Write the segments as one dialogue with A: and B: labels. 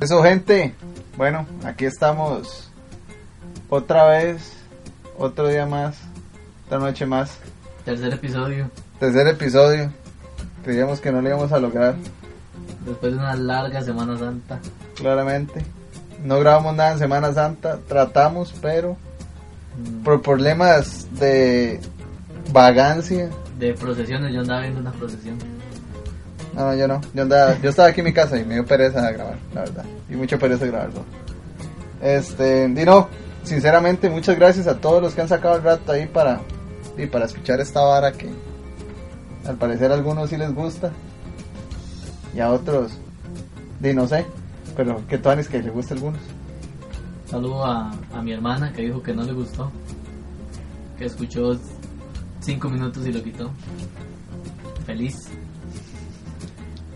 A: Eso, gente. Bueno, aquí estamos otra vez, otro día más, otra noche más.
B: Tercer episodio.
A: Tercer episodio. Creíamos que no lo íbamos a lograr,
B: Después de una larga Semana Santa.
A: claramente. No grabamos nada en Semana Santa, tratamos, pero
B: mm,
A: por problemas de vagancia.
B: De procesiones, yo andaba viendo una procesión.
A: No, no, yo no. Yo, andaba, yo estaba aquí en mi casa y me dio pereza grabar, la verdad. Y mucha pereza grabarlo. Este, Dino, sinceramente, muchas gracias a todos los que han sacado el rato ahí para, y para escuchar esta vara que al parecer a algunos sí les gusta y a otros, di no sé, pero que todan es que les gusta a algunos.
B: Saludo a, a mi hermana que dijo que no le gustó. Que escuchó cinco minutos y lo quitó. Feliz.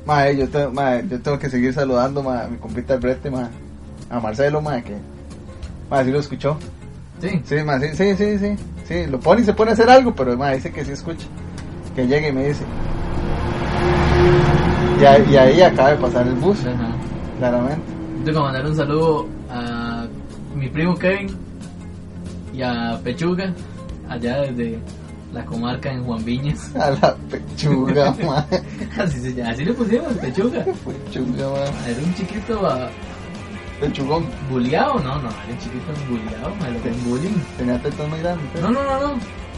A: Mae, yo, te- mae, yo tengo que seguir saludando mae, a mi compita el brete, mae, a Marcelo, mae, que mae, sí lo escuchó.
B: Sí.
A: Sí, ma, sí, sí, sí, sí, sí, lo pone y se pone a hacer algo, pero ma, dice que sí escucha, que llegue y me dice. Y, ahí- y ahí acaba de pasar el bus, eh,
B: Ajá.
A: claramente.
B: Tengo que mandar un saludo a mi primo Kevin y a Pechuga, allá desde la comarca en Juan Viñas.
A: A la pechuga, ma,
B: Así, se llama, así le pusimos, Pechuga.
A: pechuga, ma,
B: Era un chiquito ah,
A: pechugón.
B: bulleado, no, no, era un chiquito bulleado, me lo un bullying.
A: Tenía tetas muy grandes. ¿eh?
B: No, no, no, no.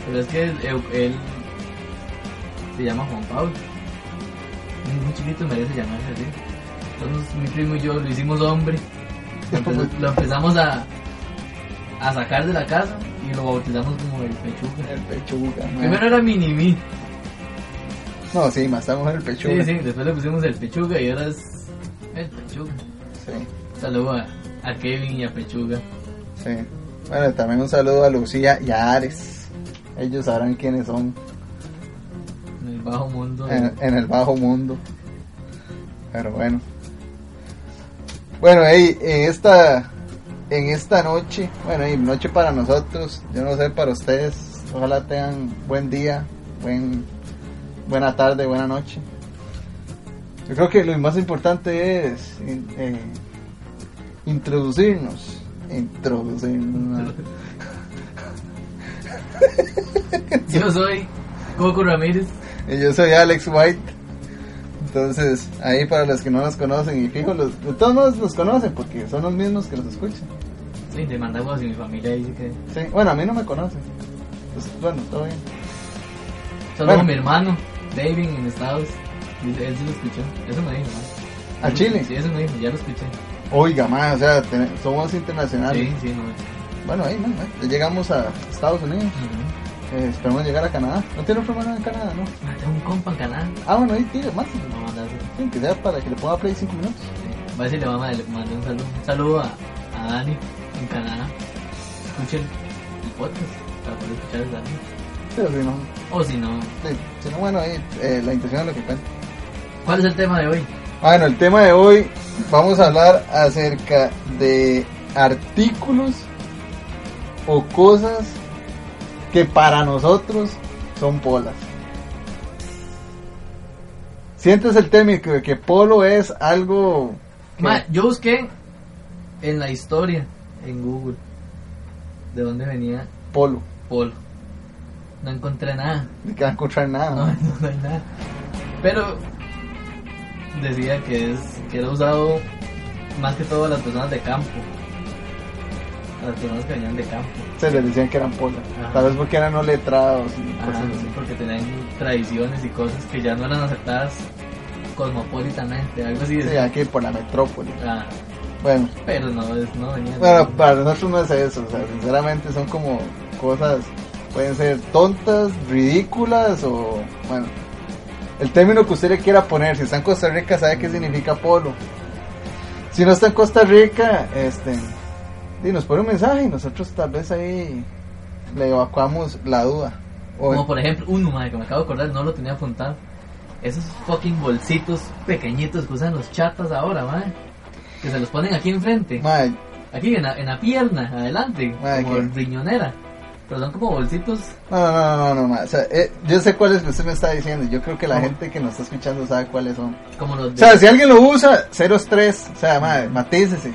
B: Pero es que él, él se llama Juan Pablo. Ningún chiquito merece llamarse así. Entonces mi primo y yo lo hicimos hombre. Lo, empe- lo empezamos a, a sacar de la casa y lo bautizamos como el pechuga.
A: El pechuga, ma.
B: Primero era mini mi.
A: No, sí, ma, estamos en el
B: Sí,
A: pechuga.
B: sí, después le pusimos el pechuga y ahora es el pechuga.
A: sí.
B: Saludos a, a Kevin y a Pechuga.
A: Sí. Bueno, también un saludo a Lucía y a Ares. Ellos sabrán quiénes son
B: En el bajo mundo. de-
A: en, en el bajo mundo. Pero bueno. Bueno, ey, en esta en esta noche, bueno, y noche para nosotros, yo no sé para ustedes, ojalá tengan buen día, buen buena tarde, buena noche. Yo creo que lo más importante es in- eh, introducirnos, introducirnos.
B: Yo soy Coco Ramírez.
A: Y yo soy Alex White. Entonces, ahí para los que no nos conocen, y fijo, los, de todos modos nos conocen porque son los mismos que nos escuchan.
B: Soy de Mandaguas y mi familia dice que.
A: Sí, bueno, a mí no me conocen. Entonces, bueno, todo bien.
B: Solo
A: Bueno.
B: mi hermano, David, en Estados. Dice, él sí lo escuchó. Eso me dijo, ¿no?
A: ¿A Chile?
B: Sí, eso me dijo, ya lo escuché.
A: Oiga, más, o sea, ten- somos internacionales.
B: Sí, sí, no.
A: Bueno, ahí, man, ya llegamos a Estados Unidos.
B: Ujú.
A: Eh, esperamos llegar a Canadá. No tiene problema en Canadá, ¿no?
B: Ah, Tengo un compa en Canadá.
A: Ah, bueno, ahí tira, más.
B: Me mandaste.
A: Sí, que sea para que le ponga play 5 minutos.
B: Sí. Va a decirle, mamá, le mandé un saludo. Un saludo a, a Dani, en Canadá. Escuchen el podcast para poder escuchar el Dani.
A: Pero si no,
B: O si no,
A: sí, si no, bueno, ahí eh, la intención es lo que cuenta.
B: ¿cuál es el tema de hoy?
A: Bueno, el tema de hoy vamos a hablar acerca de artículos o cosas que para nosotros son polas. Sientes el tema de que polo es algo que-
B: Ma, yo busqué en la historia, en Google, de dónde venía
A: polo,
B: Polo. No encontré nada.
A: ni que no encontrar
B: No,
A: nada.
B: no hay nada. Pero decía que es que era usado más que todo a las personas de campo. A las personas que venían de campo.
A: Se les decían que eran polas,
B: Ajá.
A: tal vez porque eran no letrados y
B: Ajá,
A: cosas
B: sí,
A: así.
B: porque tenían tradiciones y cosas que ya no eran aceptadas cosmopolitanamente, algo así.
A: Sí,
B: decía.
A: aquí por la metrópoli.
B: Ah,
A: Bueno,
B: pero no, es- no venía. de-
A: Bueno, para nosotros no es eso, o sea, sinceramente son como cosas, pueden ser tontas, ridículas o, bueno, el término que usted le quiera poner, si está en Costa Rica sabe qué significa polo. Si no está en Costa Rica, este, y nos pone un mensaje y nosotros tal vez ahí le evacuamos la duda. O-
B: Como por ejemplo, uno madre, que me acabo de acordar, no lo tenía apuntado. Esos fucking bolsitos pequeñitos que usan los chatas ahora, madre. Que se los ponen aquí enfrente.
A: Mae,
B: Aquí, en la, en la pierna, adelante. Madre,
A: Madre,
B: como
A: que-
B: riñonera. Pero son como bolsitos.
A: No, no, no, no, no, ma, o sea, eh, yo sé cuáles que usted me está diciendo. Yo creo que la
B: Ajá.
A: gente que nos está escuchando sabe cuáles son.
B: Como los
A: O
B: de.
A: sea, si alguien lo usa, 03. O sea, madre, matícese.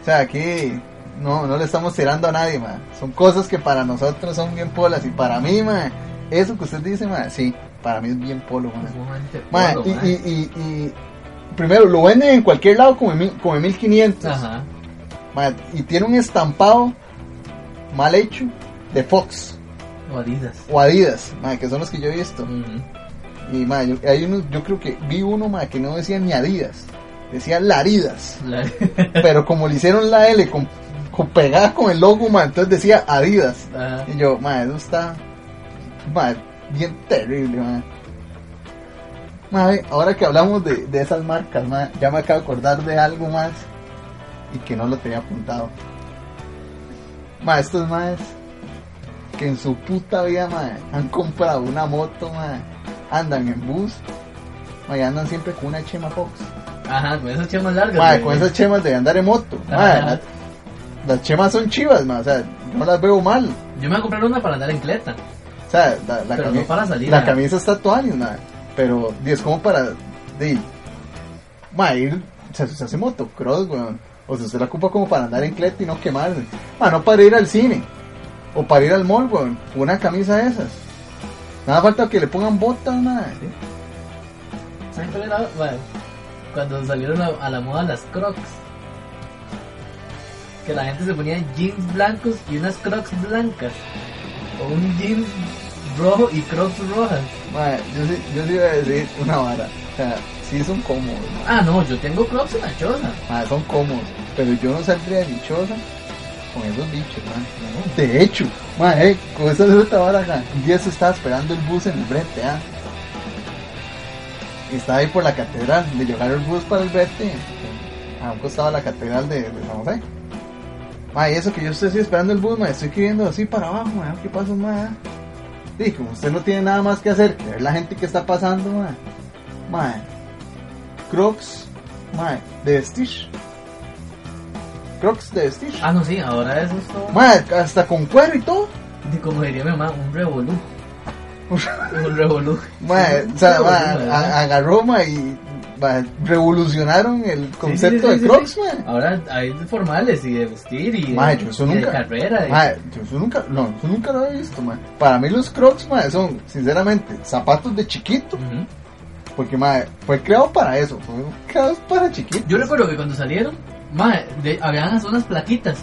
A: O sea, aquí no, no le estamos tirando a nadie, madre. Son cosas que para nosotros son bien polas. Y para mí, madre, eso que usted dice, madre, sí, para mí es bien polo, madre.
B: sumamente
A: Madre,
B: polo,
A: y,
B: madre.
A: y- y- y primero, lo venden en cualquier lado como en, mil- como en 1500.
B: Ajá.
A: madre, y tiene un estampado mal hecho de Fox
B: O Adidas.
A: o Adidas, madre, que son los que yo he visto.
B: Ujú.
A: Y madre, yo, hay uno, yo creo que vi uno, madre, que no decía ni Adidas, decía Laridas.
B: La-
A: pero como le hicieron la L con, con pegada con el logo, ma, entonces decía Adidas.
B: Ajá.
A: Y yo, ma, eso está ma, bien terrible, ma. Ma, ahora que hablamos de, de esas marcas, ma, ya me acabo de acordar de algo más y que no lo tenía apuntado. Ma, estos más que en su puta vida, ma, han comprado una moto, ma, andan en bus, ma, y andan siempre con una Chema Fox.
B: Ajá, con esas chemas largas.
A: Madre,
B: güey.
A: con esas chemas de andar en moto.
B: Ajá.
A: madre, las, las chemas son chivas, madre, o sea, no las veo mal.
B: Yo me voy a comprar una para andar en cleta.
A: O sea, la, la
B: Pero
A: cami-
B: no para salir,
A: la
B: ah.
A: camisa está toalla, madre, Pero y es como para de, madre, ir, se, se hace motocross, weón. O sea, usted la ocupa como para andar en cleta y no quemarse. Ah, no para ir al cine. O para ir al mall, weón. Una camisa de esas. Nada falta que le pongan botas, madre.
B: ¿Saben cuál era? Bueno, cuando salieron a, a la moda las crocs. Que la gente se ponía jeans blancos y unas crocs blancas. O un jeans rojo y crocs rojas.
A: Madre, yo sí, yo sí iba a decir una vara. O sea, sí son cómodos, madre.
B: Ah, no, yo tengo crocs en la choza.
A: Madre, Ah, son cómodos, pero yo no saldría de mi choza con esos bichos, madre.
B: No.
A: De hecho, madre, eh, con esa ruta ahora acá, un día se estaba esperando el bus en el brete, ah. Y estaba ahí por la catedral, de llegar el bus para el brete, a un costado de la catedral de, de San José. Madre, eso que yo estoy así esperando el bus, madre, estoy queriendo así para abajo, madre, a ver ¿qué pasa, madre? Y como usted no tiene nada más que hacer que ver la gente que está pasando, madre. Madre, Crocs, madre, de vestir. Crocs de vestir.
B: Ah, no, sí, ahora eso es todo.
A: Madre, hasta con cuero y todo.
B: Y como diría mi mamá, un revolú. Un revolú.
A: Madre,
B: Un
A: o sea,
B: revolú,
A: madre,
B: ¿verdad?
A: a- agarró ma, y ma, revolucionaron el
B: Sí, sí,
A: concepto
B: sí, sí,
A: de Crocs,
B: sí.
A: madre.
B: Ahora hay de formales y de vestir y de,
A: Madre, yo eso
B: y de
A: nunca.
B: carrera. y-
A: Madre, yo eso nunca, no, eso nunca lo había visto, madre. Para mí los Crocs, madre, son, sinceramente, zapatos de chiquito.
B: Ujú.
A: Porque, madre, fue creado para eso. Fue creado para chiquitos.
B: Yo recuerdo que cuando salieron, mae, de- habían hasta unas plaquitas.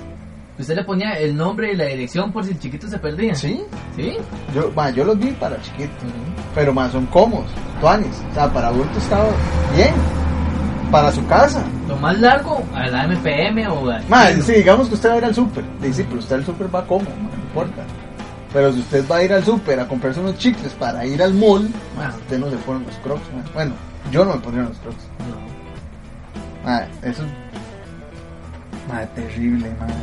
B: Usted le ponía el nombre y la dirección por si el chiquito se perdía.
A: Sí,
B: ¿Sí?
A: yo, madre, yo los vi para chiquitos. Pero, madre, son cómodos, tuanis. O sea, para adultos estaba bien. Para su casa.
B: Lo más largo, a la MPM o a...
A: Madre, si digamos que usted va a ir al súper, dice, pero usted al súper va como, no importa. Pero si usted va a ir al súper a comprarse unos chicles para ir al mall, ma,
B: Ah.
A: usted no se pone los crocs, ma. Bueno, yo no me pondría los crocs.
B: No,
A: Madre, eso es... Madre, terrible, madre.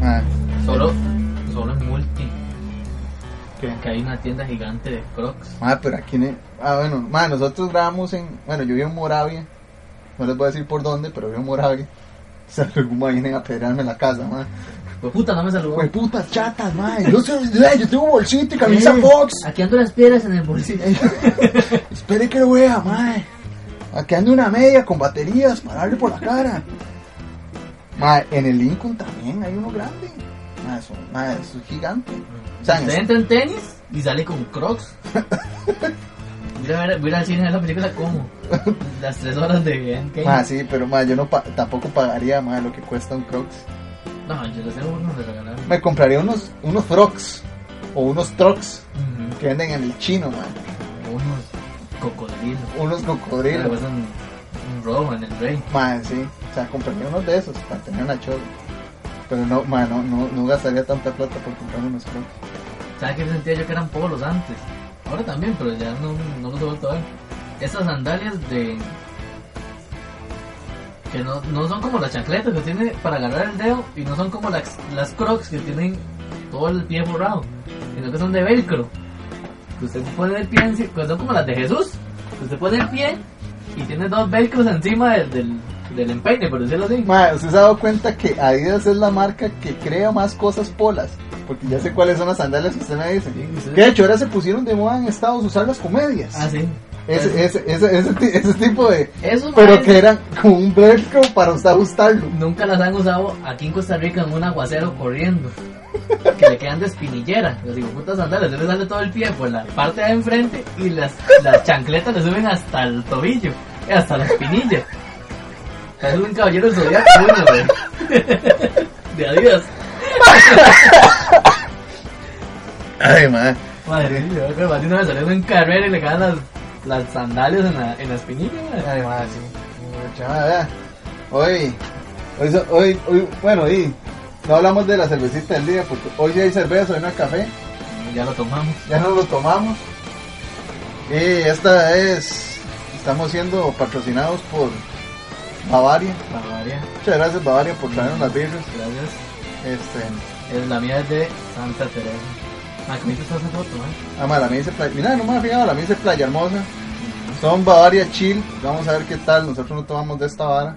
A: Madre,
B: solo, solo en multi,
A: ¿qué?
B: que hay una tienda gigante de crocs.
A: Madre, pero aquí... Ne... Ah, bueno, madre, nosotros grabamos en... Bueno, yo vivo en Moravia. No les voy a decir por dónde, pero vivo en Moravia. O sea, algún ma viene a pedrarme la casa, madre.
B: Pues puta, no me saludó.
A: Pues putas chatas, madre. Yo, soy- yo tengo bolsito y camisa
B: Eh,
A: Fox. Eh,
B: Aquí ando las piedras en el bolsillo.
A: Espere que lo vea, mae. A que ande una media con baterías para darle por la cara. Mae, en el Lincoln también hay uno grande. Mae, eso, mae, eso es gigante. O sea, en
B: Usted
A: este-
B: entra en tenis y sale con crocs. Voy a ver- voy a ir al cine a ver la película como. Las tres horas de Endgame.
A: mae, sí, pero mae, yo no pa- tampoco pagaría mae, lo que cuesta un Crocs.
B: No, yo los tengo porque me los regalaron.
A: Me compraría unos, unos Frogs o unos Trocs
B: Ujú.
A: que venden en el chino, mae.
B: unos cocodrilos.
A: Unos
B: Pero
A: cocodrilos.
B: pues un, un robo en el rey.
A: Mae, sí. O sea, compraría unos de esos para tener una chola. Pero no, mae, no, no, no gastaría tanta plata por comprar unos Crocs.
B: ¿Sabes qué sentía yo que eran polos antes? Ahora también, pero ya no, no los he vuelto a ver. Esas sandalias de. que no, no son como las chancletas que tiene para agarrar el dedo y no son como las, las crocs que tienen todo el pie borrado, sino que son de velcro. Que usted pone el pie, en- que son como las de Jesús. que Usted pone el pie y tiene dos velcros encima del, del, del empeine, por decirlo así.
A: Mae, ¿usted se ha dado cuenta que Adidas es la marca que crea más cosas polas? porque ya sé cuáles son las sandalias que usted me dice.
B: Sí, sí.
A: Que de hecho ahora se pusieron de moda en Estados usar las comedias.
B: Ah, sí.
A: Ese, ese, ese, ese, ti- ese tipo de...
B: Esos
A: Pero
B: maes
A: que eran como un blanco para usted ajustarlo.
B: Nunca las han usado aquí en Costa Rica en un aguacero corriendo. Que le quedan de espinillera. Les digo, putas sandalias, se le sale todo el pie por la parte de enfrente y las, las chancletas le suben hasta el tobillo, eh, hasta la espinilla. Es un caballero del zodiaco, uno, güey. De adiós.
A: Ay, madre.
B: Madre mía, pero más de una vez salió en carrera y le quedan las, las sandalias en la, en la espinilla, madre.
A: Ay, madre, sí. Chama, vea. Hoy, hoy, so- hoy, hoy- bueno, y no hablamos de la cervecita del día porque hoy sí hay cerveza, hoy no hay café,
B: Ya lo tomamos.
A: ya no lo tomamos. Y esta es, estamos siendo patrocinados por Bavaria.
B: Para variar.
A: Muchas gracias Bavaria por traernos las birras.
B: Gracias.
A: Este,
B: Es la mía es de Santa Teresa. Ah, que me hizo esa foto, ¿eh?
A: ama, la mía dice playa, mira, no me había fijado, la mía dice playa hermosa. Son Bavaria Chill, vamos a ver qué tal, nosotros no tomamos de esta vara.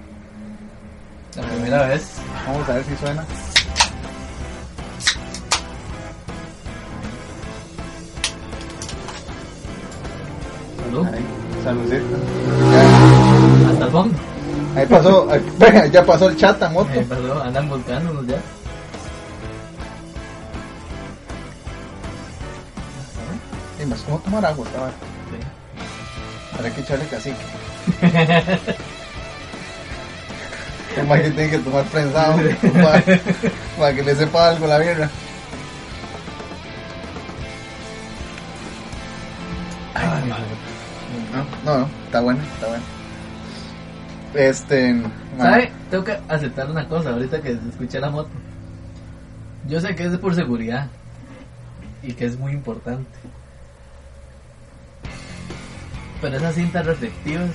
B: La primera vez.
A: Vamos a ver si suena.
B: Salud.
A: Ahí, saludcita.
B: Hasta el fondo.
A: Ahí pasó, ahí- venga, ya pasó el chat a moto.
B: Eh, perdón, andan volcándonos ya.
A: Y más como tomar agua, chaval.
B: Sí.
A: Para que echarle cacique. Más que tiene que tomar prensado para, para que le sepa algo la birra.
B: Ay, madre.
A: No, no, no, está bueno, está bueno. Este.
B: ¿Sabe? Tengo que aceptar una cosa ahorita que escuché la moto. Yo sé que es por seguridad y que es muy importante. Pero esas cintas reflectivas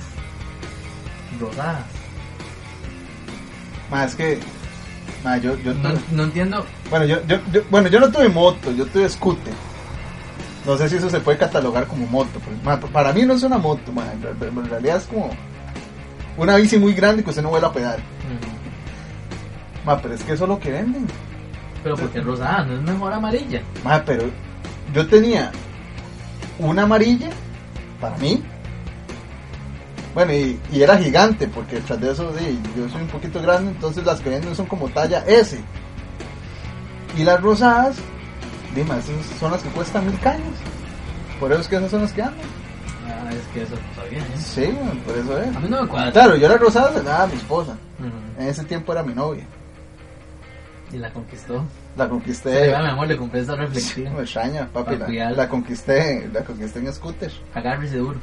B: rosadas.
A: Más es que. ma, yo, yo
B: No,
A: tuve-
B: no entiendo.
A: bueno, yo, yo, yo- bueno, yo no tuve moto, yo tuve scooter. No sé si eso se puede catalogar como moto. pero, ma, para mí no es una moto, ma, en re- en realidad es como una bici muy grande que usted no vuela a pedal. Ma, pero es que eso es lo que venden.
B: Pero porque es rosada, no es mejor amarilla.
A: Ma, pero yo tenía una amarilla para mí. Bueno, y, y era gigante, porque tras de eso sí, yo soy un poquito grande, entonces las que venden son como talla S. Y las rosadas, dime, esas son las que cuestan mil caños. Por eso es que esas son las que andan.
B: Ah, es que eso está bien. ¿eh?
A: Sí, ma, por eso es. Ah,
B: A mí no me cuadra.
A: Claro, yo las rosadas se las daba a mi esposa.
B: Ujú.
A: En ese tiempo era mi novia.
B: Y la conquistó.
A: La
B: Se
A: conquisté.
B: le va, mi amor, le compré esa reflexiva.
A: Me extraña, papi.
B: Para
A: La,
B: cuidarla.
A: la conquisté, la conquisté en scooter.
B: Agárrese duro.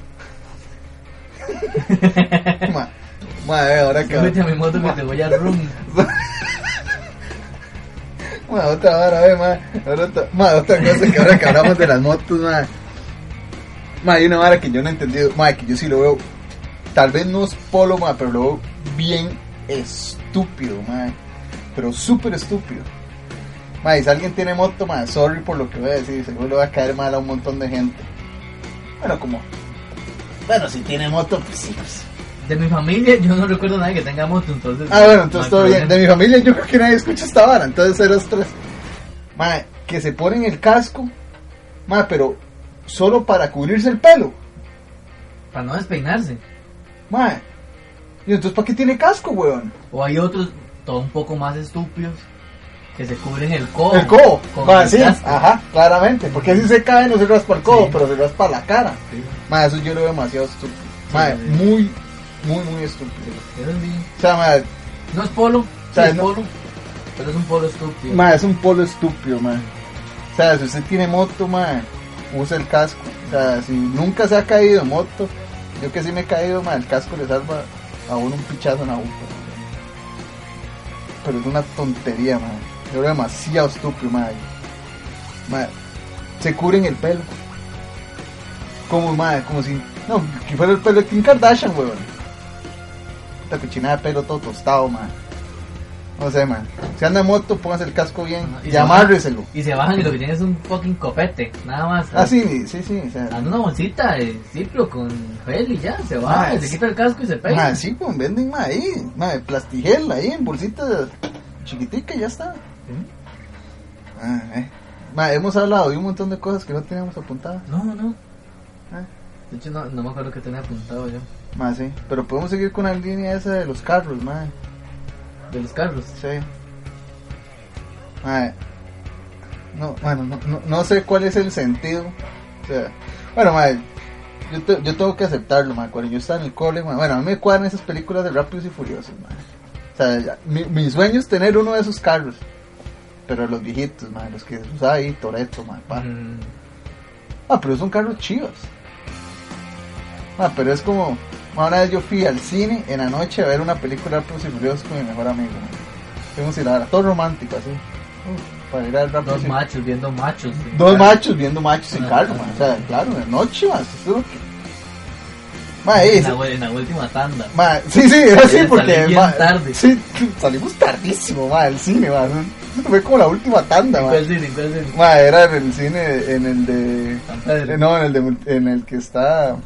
A: Ma- Madre, eh, ahora que.
B: Súbete a mi moto que te voy a rum.
A: Ma, otra vara, ve, ma. Ahora otra- ma, otra cosa que ahora que hablamos de las motos, ma. Ma, hay una vara que yo no he entendido, ma, que yo sí lo veo. Tal vez no es polo, ma, pero lo veo bien estúpido, ma. Pero súper estúpido. Ma, y si alguien tiene moto, ma, sorry por lo que voy a decir, seguro le va a caer mal a un montón de gente. Bueno, como. Bueno, si tiene moto, pues sí, pues.
B: De mi familia, yo no recuerdo a nadie que tenga moto, entonces.
A: Ah, bueno, entonces
B: no hay
A: todo bien.
B: problema.
A: De mi familia yo creo que nadie escucha esta vara, entonces eres tres. Mae, que se ponen el casco, mae, pero solo para cubrirse el pelo,
B: Para no despeinarse.
A: mae. Y entonces, ¿para qué tiene casco, weón?
B: O hay otros, todo un poco más estúpidos, que se cubren el codo.
A: el codo.
B: Con
A: Mae,
B: el
A: sí,
B: casco.
A: ajá, claramente. Porque si se cae no se raspa el codo,
B: Sí.
A: pero se raspa la cara.
B: Sí,
A: Mae, eso yo lo veo demasiado estúpido. Mae,
B: sí.
A: muy, muy, muy estúpido.
B: eso sí.
A: O sea, mae,
B: No es polo, sí
A: O sea,
B: es
A: no-
B: polo, pero es un polo estúpido.
A: Ma, es un polo estúpido, ma. O sea, si usted tiene moto, ma, usa el casco. O sea, si nunca se ha caído en moto, yo que sí me he caído, ma, el casco le salva a uno un pichazo en la boca. Pero es una tontería, ma. Yo lo veo demasiado estúpido, ma. Ma, se cubren el pelo. Como, ma, como si... No, que fuera el pelo de Kim Kardashian, weón. Esta cochinada de pelo todo tostado, ma. No sé, ma. Si anda en moto, póngase el casco bien
B: Ajá, Ah, y
A: y
B: se baja.
A: amárreselo.
B: Y se bajan y lo que tienen es un fucking copete, nada más.
A: Ah, sí, sí, sí. O sea,
B: Dando una bolsita de ciclo con gel y ya, se
A: Ah,
B: va,
A: es-
B: se quita el casco y se pega.
A: ma, sí, pues venden ma, ahí, ma, de plastigel ahí en bolsitas chiquitica y ya está.
B: Sí.
A: Ah, eh. Ma, hemos hablado de un montón de cosas que no teníamos apuntadas.
B: No, no.
A: Ah.
B: De hecho, no, no me acuerdo que tenía apuntado yo.
A: Ma, sí. Pero podemos seguir con la línea esa de los carros, ma.
B: De los carros.
A: Sí. Ma, no, bueno, no, no, no sé cuál es el sentido. O sea, bueno, ma, yo, te- yo tengo que aceptarlo, ma. Cuando yo estaba en el cole, ma, bueno, a mí me cuadran esas películas de Rápidos y Furiosos, ma. O sea, ya- mi, mi sueño es tener uno de esos carros. Pero los viejitos, ma, los que usaba ahí, Toreto, ma. pa.
B: Mm,
A: Ah, pero son carros chidos. Ah, pero es como. ma, Una vez yo fui al cine en la noche a ver una película de Rápidos y Furiosos con mi mejor amigo. ma. Fuimos a ir a ver, todo romántico así. Uf, para ir a ver Rápidos
B: Dos
A: y-
B: machos viendo machos. sí.
A: Dos machos viendo machos en
B: Ah,
A: carro,
B: ah,
A: ma. O sea, claro, de noche, ma. Eso es lo que. Ma, eh,
B: En
A: sí,
B: la, u- en la última tanda.
A: ma, sí, sí, era así
B: Salí
A: porque.
B: bien
A: ma,
B: tarde.
A: Sí, salimos tardísimo, ma, del cine, ma. Eso fue como la última tanda, ma.
B: ¿Cuál es el- cuál es el-
A: Ma, era en el cine, en el de.
B: San Pedro?
A: Eh, No, en el, de, mul- en el que está.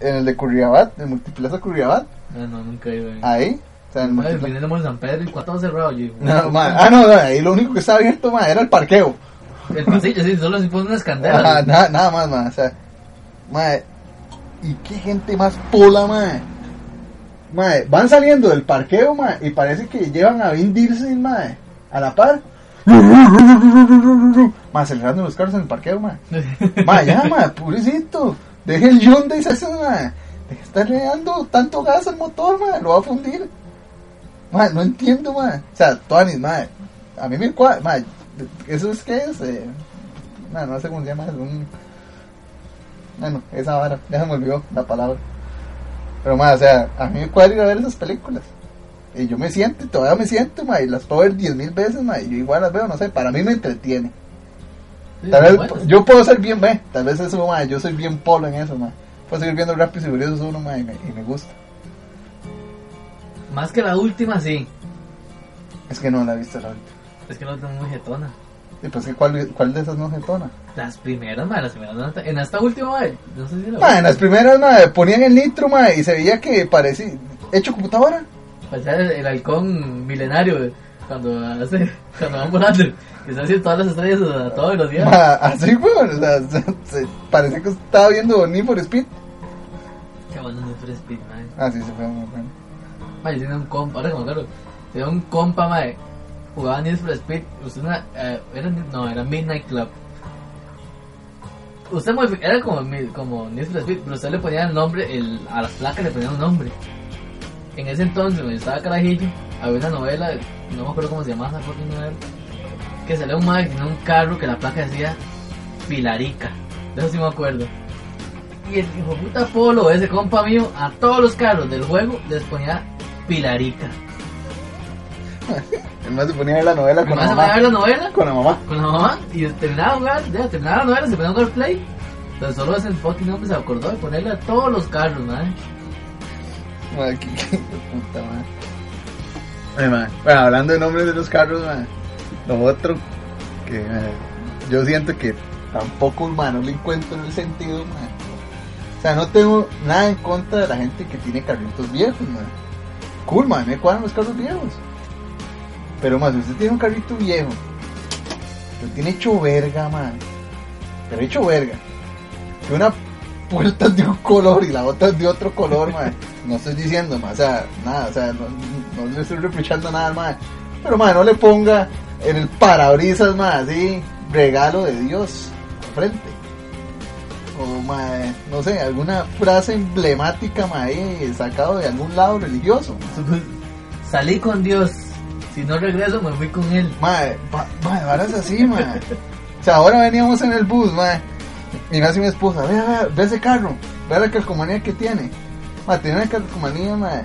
A: En el de Curriabat, en Multiplaza Curriabat.
B: No, no, nunca iba. eh.
A: Ahí. O sea, en
B: Madre,
A: Multiplaza-
B: vine el amor de San Pedro y cuatro cerrado. Yo,
A: No, ma, ah, no, no, ahí lo único que estaba abierto, ma, era el parqueo.
B: El pasillo, sí, solo se pone unas candelas.
A: Ajá, nada, nada más, ma. O sea, ma, ¿y qué gente más pola, ma? Ma, van saliendo del parqueo, ma, y parece que llevan a Vin Diesel, ma, a la par. Ma, acelerando los carros en el parqueo, ma. Ma, ya, ma, pobrecito. Deje el Hyundai ese, ma. Deje de estarle dando tanto gas al motor, ma. Lo va a fundir. Ma, no entiendo, ma. O sea, Tuanis, ma. A mí me cuadra, ma. ¿Eso es qué es? Eh, ma, no sé cómo se llama. Es un... Bueno, esa vara. Ya se me olvidó la palabra. Pero, ma, o sea, a mí me cuadra ir a ver esas películas. Y yo me siento, y todavía me siento, ma. Y las puedo ver 10.000 veces, ma. Y yo igual las veo, no sé. Para mí me entretiene.
B: Sí,
A: Tal vez
B: bueno, sí.
A: yo puedo ser bien, ve, tal vez eso, ma, yo soy bien polo en eso, ma. Puedo seguir viendo Rápidos y Furiosos uno, ma, y me, y me gusta.
B: Más que la última, sí.
A: Es que no la he visto la última.
B: Es que la última es muy jetona.
A: Y pues que cuál, cuál de esas no se tona.
B: Las primeras, madre, las primeras. no están- En esta última, madre, no sé si la
A: Ma, en las primeras, ma, ponían el nitro, ma, y se veía que parecía hecho computadora.
B: O sea, Pues el, el halcón milenario, cuando hace, cuando van volando, que se hacen todas las estrellas a todos los días.
A: Ma, así, weón, o sea, se- se- parecía que estaba viendo Need for Speed.
B: Qué bueno no Need Speed, madre.
A: Así se fue muy bueno.
B: Madre, yo tenía un compa, ahora como claro, tenía un compa, madre, jugaba Need for Speed, usted una, eh, era, no, era Midnight Club. Usted modifi- era como, mi- como Need for Speed, pero usted le ponía el nombre, el, a las placas le ponía un nombre. En ese entonces, cuando yo estaba carajillo, había una novela, no me acuerdo cómo se llamaba esa fucking novela, que salía un madre que tenía un carro que la placa decía Pilarica. De eso sí me acuerdo. Y el hijo puta Polo, ese compa mío, a todos los carros del juego les ponía Pilarica.
A: El más se ponía a ver la novela
B: Mi
A: con
B: mamá
A: la
B: se ponía a
A: mamá.
B: ver la novela
A: Con la mamá.
B: con la mamá y terminaba de jugar, ya, terminaba la novela, se ponía a jugar play. Pero solo ese fucking hombre se acordó de ponerle a todos los carros, madre.
A: Ma, qué- qué puta, ma. Eh, ma, Bueno, hablando de nombres de los carros, ma, lo otro que ma, yo siento que tampoco, ma, no le encuentro el sentido, ma. O sea, no tengo nada en contra de la gente que tiene carritos viejos, ma. Cool, ma, me cuadran los carros viejos. Pero, más si usted tiene un carrito viejo, lo tiene hecho verga, man. Pero hecho verga. Que una puerta es de un color y la otra es de otro color, man. No estoy diciendo, man. O sea, nada, o sea, no, no le estoy reprochando nada, man. Pero, man, no le ponga en el parabrisas, man, así, regalo de Dios, al frente. O, man, no sé, alguna frase emblemática, man, ahí, sacado de algún lado religioso. man.
B: Salí con Dios, si no regreso me fui con él.
A: Madre, va- madre, varas así, madre. O sea, ahora veníamos en el bus, madre. Y me hace mi esposa, ve, ve, ve ese carro, ve la calcomanía que tiene. Madre, tiene una calcomanía, madre,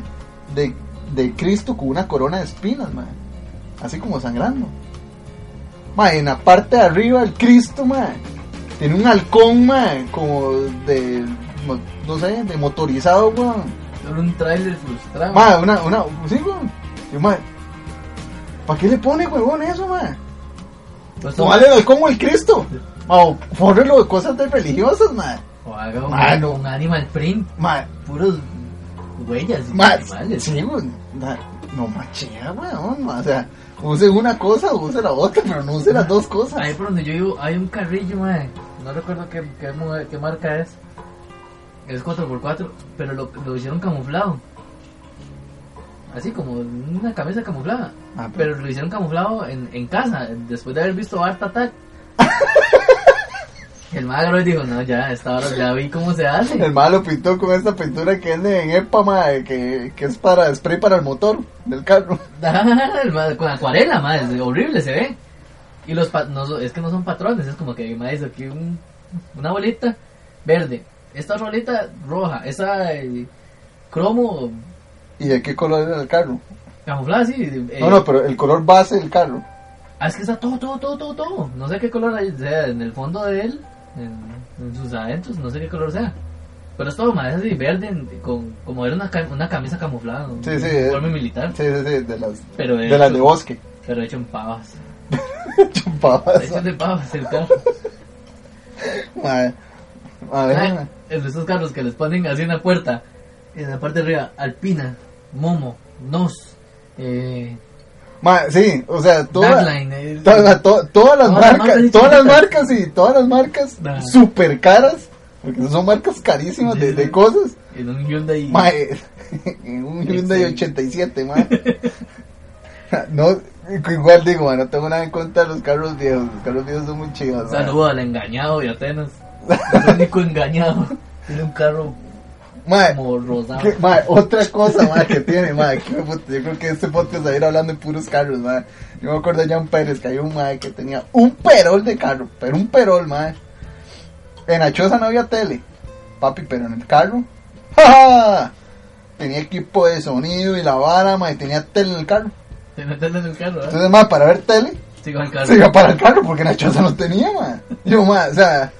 A: de, de Cristo con una corona de espinas, madre. Así como sangrando. Madre, en la parte de arriba el Cristo, madre. Tiene un halcón, madre, como de, mo- no sé, de motorizado, weón.
B: Solo un trailer frustrado.
A: Madre, una, una, sí, weón. Y, madre, ¿para qué le pone, huevón, eso, madre?
B: Pues,
A: No vale el como el Cristo. O fórrelo de cosas de religiosas, madre.
B: O haga un,
A: Mano.
B: un animal print,
A: Madre,
B: puros huellas y
A: madre.
B: animales.
A: Sí, güey, madre. No machea, weón. O sea, use una cosa, use la otra, pero no use las dos cosas.
B: Ahí por donde yo vivo hay un carrillo, mae. No recuerdo qué, qué, mo- qué marca es. Es 4x4, pero lo, lo hicieron camuflado. Así como una camisa camuflada.
A: Ah, pero-
B: pero lo hicieron camuflado en, en casa, después de haber visto Art Attack. El magro dijo, no, ya, a esta hora ya vi cómo se hace.
A: El malo pintó con esta pintura que venden en EPA, mae, que, que es para spray para el motor del carro.
B: El ma- con acuarela, madre, horrible se ve. Y los pa- no so- es que no son patrones, es como que ma, hizo aquí un- una bolita verde, esta otra bolita roja, esa eh, cromo
A: ¿Y de qué color era el carro?
B: camuflada así. eh,
A: No, no, pero el color base del carro.
B: ah, es que está todo, todo, todo, todo, todo. No sé qué color hay, sea en el fondo de él, en, en sus adentros, no sé qué color sea. Pero es todo, ma, es así, verde, en- con, como era una, ca- una camisa camuflada, un
A: Sí, sí, eh.
B: uniforme militar,
A: Sí, sí, sí, de las
B: pero
A: de,
B: hecho-
A: las de bosque.
B: pero hecho en pavas.
A: Chupadas.
B: Hecho de pavas el carro.
A: Mae. Mae,
B: Ah, el de esos carros que les ponen así en la puerta, en la parte de arriba, Alpina, Momo, Nos, eh,
A: mae, sí, o sea, toda,
B: Tagline, eh,
A: toda- to- todas las
B: Todas las
A: marcas,
B: marcas y
A: todas las
B: chiquitas.
A: marcas y todas las marcas
B: Nah.
A: super caras, porque son marcas carísimas
B: Sí,
A: de,
B: sí.
A: de cosas.
B: en un Hyundai.
A: Mae, en un Hyundai
B: Sí.
A: 87, mae. No, igual digo, mae, no tengo nada en contra de los carros viejos. Los carros viejos son muy chidos, mae.
B: Saludo al engañado de Atenas, el único engañado. Tiene un carro
A: Mae,
B: como rosado.
A: ¿Qué, mae, otra cosa mae, que tiene, mae, que puta, yo creo que este podcast va a ir hablando de puros carros, mae. Yo me acuerdo de John Pérez que había un mae que tenía un perol de carro, pero un perol, mae. En la choza no había tele, papi, pero en el carro, ¡ja, ja! Tenía equipo de sonido y la vara, mae, tenía tele en el carro.
B: Se meten en el carro, ¿eh?
A: Entonces, mae, para ver tele,
B: Sigo al carro.
A: se iba para el carro porque en la choza no tenía, mae. Yo, mae, o sea,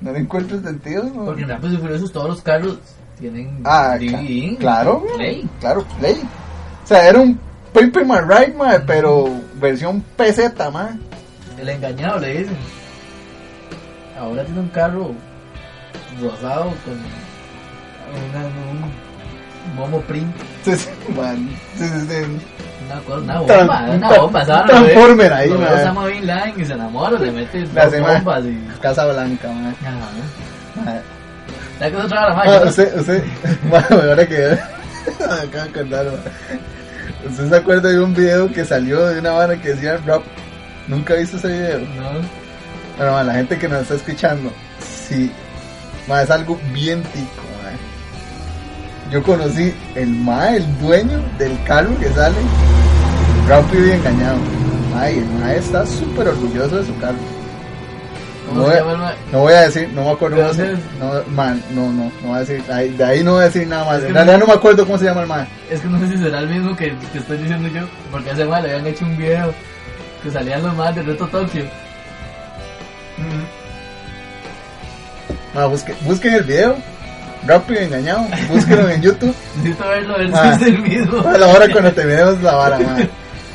A: no le encuentro sentido, mae.
B: Porque pues, en Rápidos y Furiosos todos los carros tienen
A: Ah,
B: DVD.
A: cla- claro.
B: Play.
A: Claro, Play. O sea, era un Paper My Ride, mae, pero versión peseta, mae.
B: El engañado le dicen. Ahora tiene un carro rosado con una- un momo print.
A: Sí, sí, man. Sí, sí, sí.
B: Una, cosa- una
A: Tran-
B: bomba,
A: un
B: una
A: tra-
B: bomba.
A: un
B: ¿sabes?
A: transformer ahí,
B: Lo ve
A: man.
B: Osama Bin Laden y se enamora, le mete dos
A: La semana.
B: bombas y...
A: Casa Blanca, mae.
B: Ajá.
A: Mae.
B: ¿Sabes qué es otra vara, man?
A: Ah,
B: Yo-
A: usted, usted, mae, ahora que me acabo de acordar, mae. ¿Usted se acuerda de un video que salió de una vara que decía rap? ¿Nunca viste ese video?
B: No.
A: Bueno, mae, la gente que nos está escuchando, sí, mae, es algo bien tico, mae. Yo conocí el mae, el dueño del carro que sale, rápido y engañado. Mae, y el mae está súper orgulloso de su carro.
B: ¿Cómo
A: No
B: se
A: es-
B: llama el ma-
A: No voy a decir, no me acuerdo
B: ¿De
A: cómo se-
B: dónde
A: no, man, no, no, no voy a decir, ahí- de ahí no voy a decir nada más.
B: Es que
A: En
B: no-
A: realidad no me acuerdo cómo se llama el mae.
B: Es que no sé si será el mismo que te estoy diciendo yo, porque hace mal le habían hecho un video que salían los más de Reto Tokio.
A: Mae, busque- busquen el video, rápido y engañado, búsquenlo en YouTube.
B: Necesito verlo, a ver
A: Ah.
B: si es el mismo.
A: A la hora cuando terminemos la vara, mae.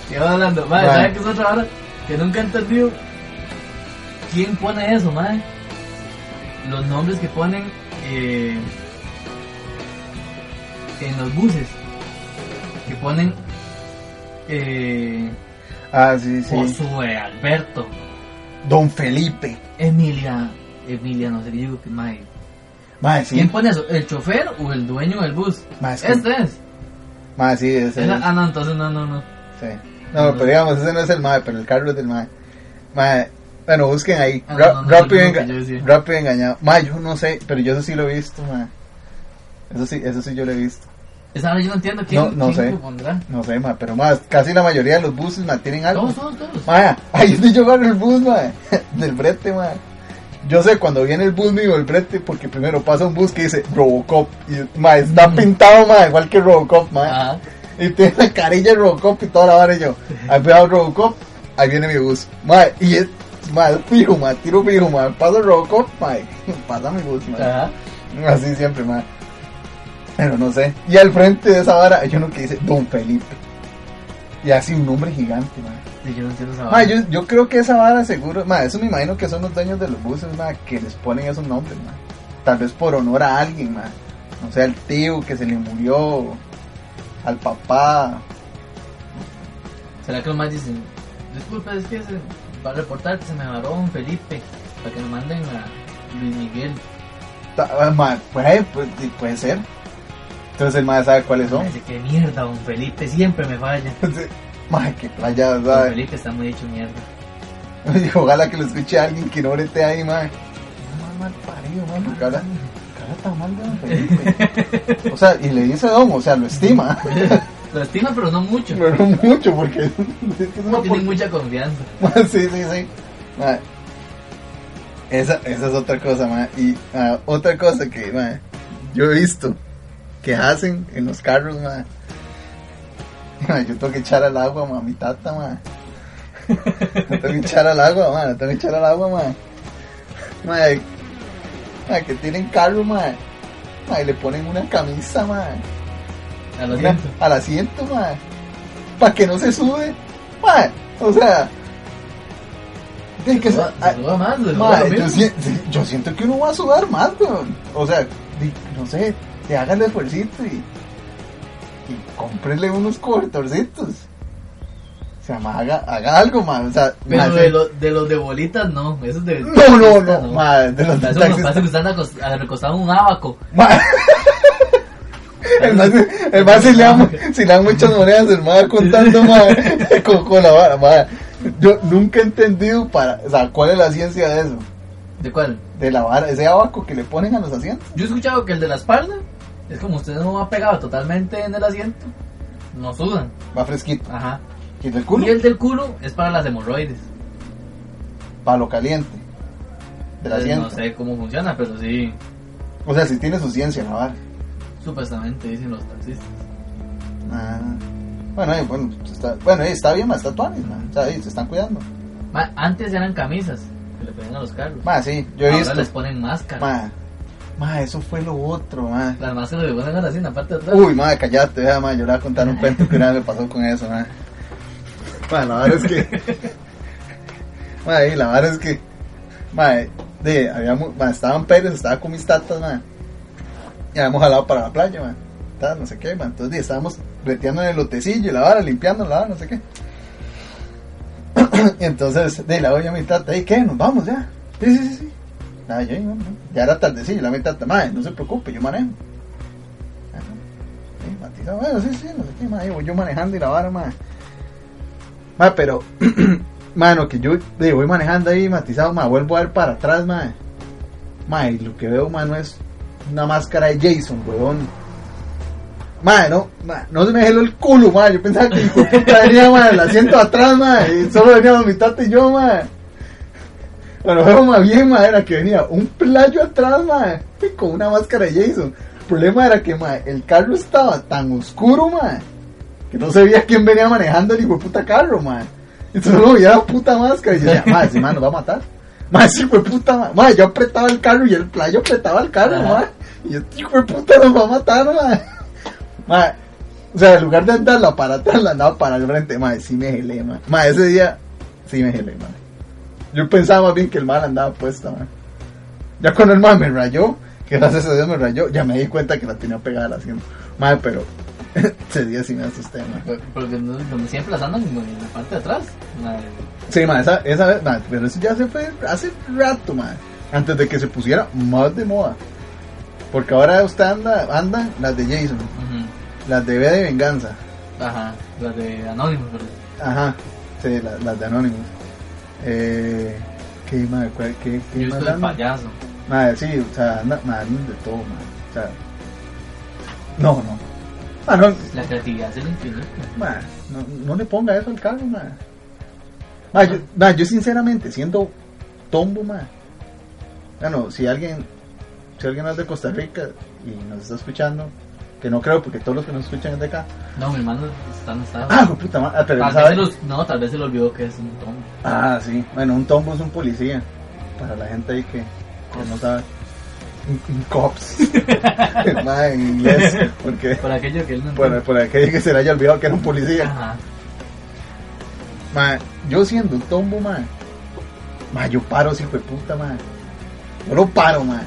B: ¿Qué va hablando? Madre,
A: Madre.
B: ¿sabes qué es otra hora? Que nunca he entendido. ¿Quién pone eso, madre? Los nombres que ponen eh, en los buses. Que ponen eh,
A: Ah, sí, sí.
B: Josué, Alberto,
A: Don Felipe.
B: Emilia, Emilia, no sé qué digo, que madre.
A: Mae, sí.
B: ¿Quién pone eso? ¿El chofer o el dueño del bus?
A: Mae, es que-
B: este es.
A: Mae, sí, ese es.
B: Esa- ah, no, entonces no, no, no.
A: sí. No, pero digamos, ese no es el mae, pero el Carlos es del mae. Mae, bueno, busquen ahí.
B: Ah,
A: Ra-
B: no, no,
A: rápido,
B: no, no,
A: enga-
B: yo decía.
A: rápido engañado. Mae, yo no sé, pero yo eso sí lo he visto, mae. Eso sí, eso sí yo lo he visto.
B: Esa hora yo no entiendo quién,
A: No, no
B: quién
A: sé.
B: lo pondrá.
A: No sé, mae, pero más, casi la mayoría de los buses mae, tienen algo.
B: Todos, todos, todos.
A: Mae, ahí estoy yo agarro el bus, mae, del brete, mae. Yo sé cuando viene el bus mío, el brete, porque primero pasa un bus que dice Robocop. Y, mae, está
B: Mm.
A: pintado, mae, igual que Robocop, mae.
B: Ajá.
A: Y tiene la carilla de Robocop y toda la vara y yo. Ahí veo Robocop, ahí viene mi bus. Mae, y es, mae, fijo, mae, tiro fijo, mae. Paso Robocop, mae, pasa mi bus, mae.
B: Ajá.
A: Así siempre, mae. Pero no sé. Y al frente de esa vara hay uno que dice Don Felipe. Y así un nombre gigante, mae.
B: Sí, yo no entiendo esa
A: Mae, Ah,
B: vara.
A: yo, yo creo que esa vara seguro, mae, eso me imagino que son los dueños de los buses, mae, que les ponen esos nombres, mae. Tal vez por honor a alguien, mae. No sé, al tío que se le murió, al papá.
B: ¿Será que los más dicen, disculpa, es que se va a reportar que se me agarró un Felipe para que lo manden a Luis Miguel?
A: Ta- ah, ma, puede, puede- puede ser. Entonces el mae sabe cuáles son.
B: Dice, qué mierda, don Felipe, siempre me falla.
A: Mae, qué playa,
B: Don
A: ¿sabes?
B: Felipe está muy hecho mierda.
A: Ojalá que lo escuche alguien que no brete ahí, mae. Mae, mal parido, mae, porque habla- habla tan mal de don Felipe. O sea, y le dice don, o sea, lo estima.
B: lo estima, pero no mucho.
A: Pero no mucho, porque es que es una
B: No tiene
A: por-
B: mucha confianza.
A: Ma, sí, sí, sí. Ma, Esa, esa es otra cosa, ma. Y ah, otra cosa que, ma, yo he visto que hacen en los carros, ma. Ma, yo tengo que echar al agua, ma, mi tata, ma. La tengo que echar al agua, ma, la tengo que echar al agua, ma. Ma, ma, que tienen carro, ma. Ma, y le ponen una camisa, ma.
B: A lo
A: Una-
B: siento.
A: al asiento, ma. Para que no se sube, ma. O sea, de que se-
B: Se suda-
A: ah,
B: se suda más,
A: ma,
B: se suda lo
A: yo,
B: mismo.
A: sien- sí, yo siento que uno va a sudar más, weón. O sea, di- no sé, te haga el esfuercito y, y cómprele unos cobertorcitos. O sea, ma, haga, haga algo, ma. O sea, ma,
B: Pero de,
A: se-
B: lo- de los de bolitas no, esos de
A: no, no, no, ma, de los
B: Parece que-
A: taxistas,
B: parece que están acos- a- recostados en un abaco.
A: ma. El más, el más si, le dan, si le dan muchas monedas, el más contando madre, con, con la vara. madre. Yo nunca he entendido para, o sea, cuál es la ciencia de eso,
B: ¿De cuál?
A: de la vara, ese abaco que le ponen a los asientos.
B: Yo he escuchado que el de la espalda es como usted no va pegado totalmente en el asiento, no sudan.
A: Va fresquito.
B: Ajá.
A: Y del culo,
B: Y el del culo es para las hemorroides.
A: para lo caliente del
B: Entonces,
A: asiento.
B: Eh, no sé cómo funciona, pero sí,
A: O sea, si tiene su ciencia la vara.
B: supuestamente dicen los taxistas.
A: Ah. Bueno, eh, bueno, pues está, bueno eh, está bien, más está tuanis, ma. O sea, ahí se están cuidando.
B: Ma- antes eran camisas que le ponían a los carros.
A: Más, sí, yo he
B: Ahora
A: visto.
B: les ponen máscaras.
A: Ma, ma, eso fue lo otro, ma.
B: Las máscaras le ponen a la cena, aparte de atrás.
A: Uy, madre, callate, vea, madre, yo le voy a contar un cuento que una vez me pasó con eso, madre. Madre, la verdad es que... Madre, la verdad es que... Madre, de, habíamos, madre, estaba en Pérez, estaba con mis tatas, madre. Y habíamos jalado para la playa, madre. Tal, no sé qué, madre. Entonces, di, estábamos breteando en el lotecillo, y la vara, limpiando la vara, no sé qué. Y entonces, de, la doña mi tata, ¿y qué? ¿Nos vamos ya? Sí, sí, sí, sí. Nada, yo, no, no. Ya era tardecillo, la mi tata, madre, no se preocupe, yo manejo. Ajá. Sí, matizado. Bueno, sí, sí, no sé qué, ma, ahí voy yo manejando y la vara, ma. Ma, pero, mano, que yo de, voy manejando ahí matizado, ma, vuelvo a ver para atrás, ma. Ma, y lo que veo, mano, es una máscara de Jason, weón. Ma, no, ma, no se me geló el culo, ma. Yo pensaba que hijo de puta venía, ma, el asiento atrás, ma. Y solo veníamos mi tata y yo, ma. Bueno, veo más bien, ma, era que venía un playo atrás, ma, con una máscara de Jason. El problema era que, ma, el carro estaba tan oscuro, ma, que no se veía quién venía manejando el hijo de puta carro, ma. Y solo veía la puta máscara y yo decía, ma, ese man nos va a matar. Ma, ese hijo de puta, ma. ma, yo apretaba el carro y el playo apretaba el carro,
B: Ajá.
A: ma. Y yo, este hijo de puta nos va a matar, ma. Ma, o sea, en lugar de andarla para atrás, la andaba para el frente, ma, sí me gelé, ma. Ma, ese día, sí me gelé, ma. Yo pensaba más bien que el mal andaba puesta, man. Ya cuando el mal me rayó, que gracias a Dios me rayó, ya me di cuenta que la tenía pegada al asiento. Madre, pero ese día sí me asusté, man.
B: Porque no- no- siempre las andan como en la parte de atrás. Madre.
A: Sí, man, esa, esa vez, man, pero eso ya se fue hace rato, man. Antes de que se pusiera más de moda. Porque ahora usted anda, anda las de Jason,
B: Ujú.
A: las de B de Venganza.
B: Ajá, las de Anonymous, pero
A: Ajá, sí, la- las de Anonymous. Eh, ¿Qué, madre? ¿Cuál- ¿Qué, qué
B: yo
A: más
B: estoy
A: anda?
B: payaso.
A: Madre, sí, o sea, anda, madre, de todo, madre. O sea, no, no. Ah, no,
B: La creatividad es el infinito.
A: madre, no, no le ponga eso al carro, madre. Madre, yo, madre, yo sinceramente, siendo tombo, madre. Bueno, si alguien, si alguien no es de Costa Rica y nos está escuchando, que no creo porque todos los que nos escuchan es de acá.
B: No, mi hermano está en estado.
A: Ah, hijo de puta madre, ah, pero
B: tal vez
A: ¿sabe?
B: se los- no, tal vez se le olvidó que es un tomo.
A: Ah, sí. Bueno, un tombo es un policía. Para la gente ahí que, que no sabe. Un, un cops. Madre, en inglés. Porque
B: Por aquello que él no
A: Por, por aquello que se le haya olvidado que era un policía.
B: Ajá.
A: Ma, yo siendo un tombo, ma. Ma, yo paro, si fue puta, ma. Yo lo paro, ma.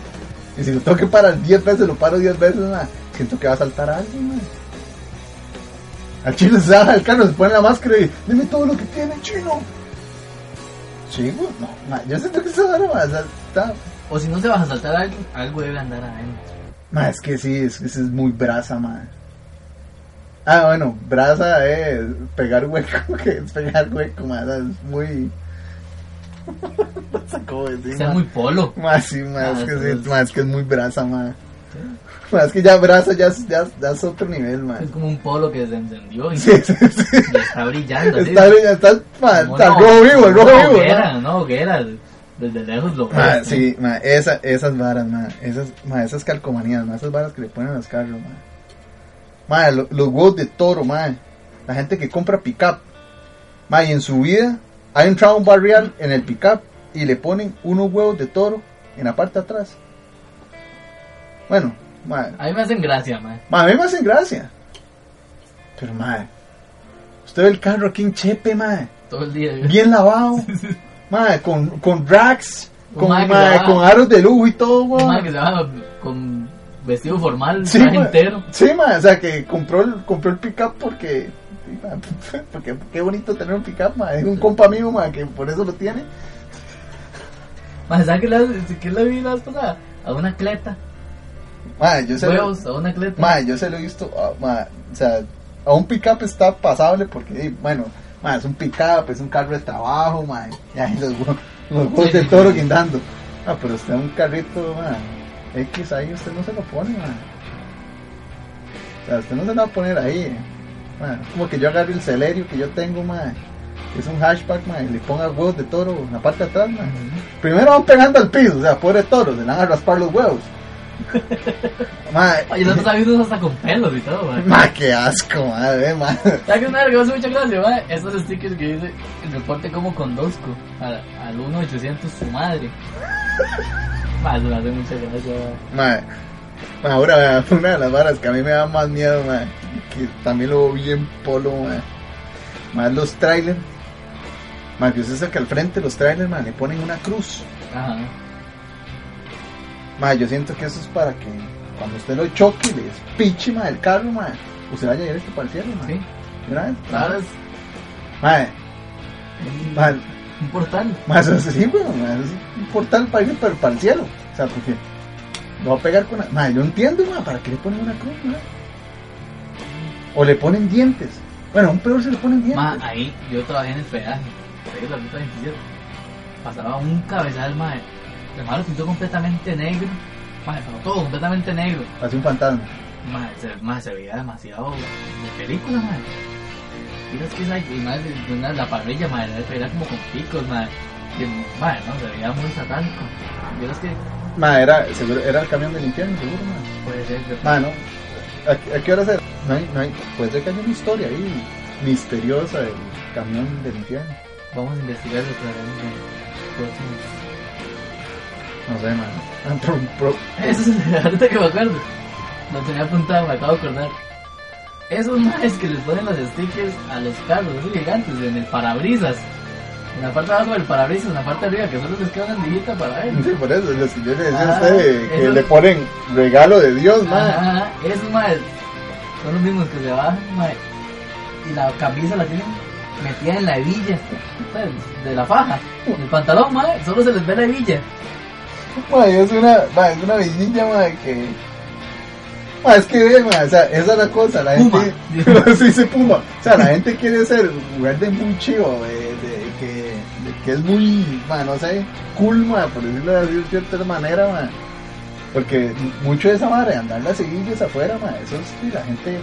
A: Y si lo tengo que parar 10 veces, lo paro 10 veces, ma. Siento que va a saltar alguien, ma. Al chino se baja del carro, se pone la máscara y dime todo lo que tiene, chino. Chico, no, ma, yo siento que esa vara ma, o sea, está.
B: O si no se vas a saltar algo, algo debe andar adentro.
A: Ma, es que sí, es que sí es muy brasa, ma. Ah, bueno, brasa es pegar hueco, que es pegar hueco, ma, o sea, es muy. no sé cómo decir,
B: O sea,
A: ma.
B: es muy polo.
A: Ma, sí, ma,
B: Ah,
A: es que
B: entonces-
A: sí, ma, es que es muy brasa, ma. Ma, es que ya brasa ya, es- ya, ya es otro nivel, ma.
B: Es como un polo que se encendió y,
A: Sí, sí, sí.
B: y está brillando. así.
A: Está, está, ma,
B: Como
A: está
B: una-
A: rojo vivo, el
B: como
A: rojo vivo. Ah,
B: una
A: ma.
B: hoguera, no, hoguera. Desde lejos lo
A: Ma,
B: ves,
A: sí, ma, esa- esas varas, ma, esas, ma, esas calcomanías, ma, esas varas que le ponen a los carros, ma. Ma, lo- los huevos de toro, ma. La gente que compra pickup. Ma, y en su vida ha entrado a un barrial en el pickup y le ponen unos huevos de toro en la parte de atrás. Bueno, ma,
B: ¿no? A mí me hacen gracia, man.
A: ma, a mí me hacen gracia. Pero, ma, usted ve el carro aquí en Chepe, ma
B: Todo el día.
A: bien lavado, madre, con, con racks,
B: Un
A: con,
B: madre que
A: madre,
B: lavaba.
A: con aros de lujo y todo,
B: Un
A: weón.
B: man Este que se va con vestido formal,
A: Sí,
B: traje
A: ma.
B: entero.
A: Sí, madre, o sea, que compró el, compró el pickup porque, sí, ma, porque qué bonito tener un pickup, madre. Es un compa mío, madre, que por eso lo tiene.
B: Man, ¿sabes qué la, qué la vi la vez pasada? A una cleta.
A: Madre, yo se lo,
B: Huevos, a una cleta.
A: madre, yo se lo he visto, ah, madre, o sea, a un pickup está pasable porque, eh, bueno, madre, es un pickup, es un carro de trabajo, madre. Y ahí los, hue- los huevos del toro guindando. Ah, pero usted un carrito, madre, X ahí usted no se lo pone, madre. O sea, usted no se lo va a poner ahí. eh. Bueno, es como que yo agarre el celerio que yo tengo, madre, que es un hatchback, madre, y le ponga huevos de toro en la parte de atrás, madre. Primero van pegando al piso, o sea, pobre toro, se le van a raspar los huevos. madre,
B: Ay, yo no sabía unos hasta con pelos y todo, man.
A: ma, qué asco, madre, eh, madre.
B: ¿Sabes qué es una verga? Me hace mucha gracia, man? Estos stickers que dice el reporte como conduzco al, al 1800 su madre. Man, eso me hace mucha gracia, man.
A: Madre. Ma, Ahora, vea, una de las varas que a mí me da más miedo, madre, que también lo vi en polo, madre. Más los trailers. Más que usted saca al frente los trailers, madre, le ponen una cruz.
B: Ajá.
A: Madre, yo siento que eso es para que cuando usted lo choque, le pinche, madre, el carro, madre, usted vaya directo para el cielo, madre.
B: Sí.
A: ¿De una vez?
B: Claro, es
A: Madre,
B: un-
A: madre,
B: un portal.
A: Más así, weón, más así, un portal para ir para, para el cielo. O sea, porque lo va a pegar con la. Madre, yo entiendo, weón, ¿para qué le ponen una cruz, weón? O le ponen dientes. Bueno, a un peor se le ponen dientes.
B: Ma, ahí yo trabajé en el peaje, por ahí en la ruta 27. Pasaba un cabezal, madre. El malo pintó completamente negro. Madre, pero todo completamente negro.
A: Así un fantasma.
B: Madre, se, mae, se veía demasiado de película, madre. Y es que esa imagen de una, la parrilla, madre, era- era como con picos, madre. Que, madre, no, se veía muy satánico. Y es que
A: Madre, era, seguro, era el camión del infierno, seguro, madre.
B: puede ser, pero-
A: Madre, no. ¿A, a qué hora se.? No hay, no hay. Puede ser que haya una historia ahí misteriosa del camión del infierno.
B: vamos a investigar lo que haremos en el próximo.
A: No sé, madre. Ah, pro- pro-
B: Eso es ahorita que me acuerdo. Lo tenía apuntado, me acabo de acordar. Esos mares que les ponen los stickers a los carros, esos gigantes, en el parabrisas. En la parte de abajo del parabrisas, en la parte de arriba, que solo les queda una andillita para él.
A: Sí, por eso, los que yo le decía
B: Ah,
A: a usted, que
B: eso-
A: le ponen regalo de Dios, madre.
B: Ajá, esos maes son los mismos que se bajan, mae, Y la camisa la tienen metida en la hebilla, ¿sabes? de la faja, del pantalón, mae, solo se les ve la hebilla.
A: Mae, es una, mae, es una villilla, mae, que... Mae, es que ve, mae, o sea, esa es la cosa, la
B: Puma.
A: gente... se dice Puma. O sea, la gente quiere ser jugar de muy chivo, de, de que, de que es muy, mae, no sé, cool, mae, por decirlo así de cierta manera, mae. Porque mucho de esa madre, de andar las seguillas afuera, mae, eso es sí, la gente...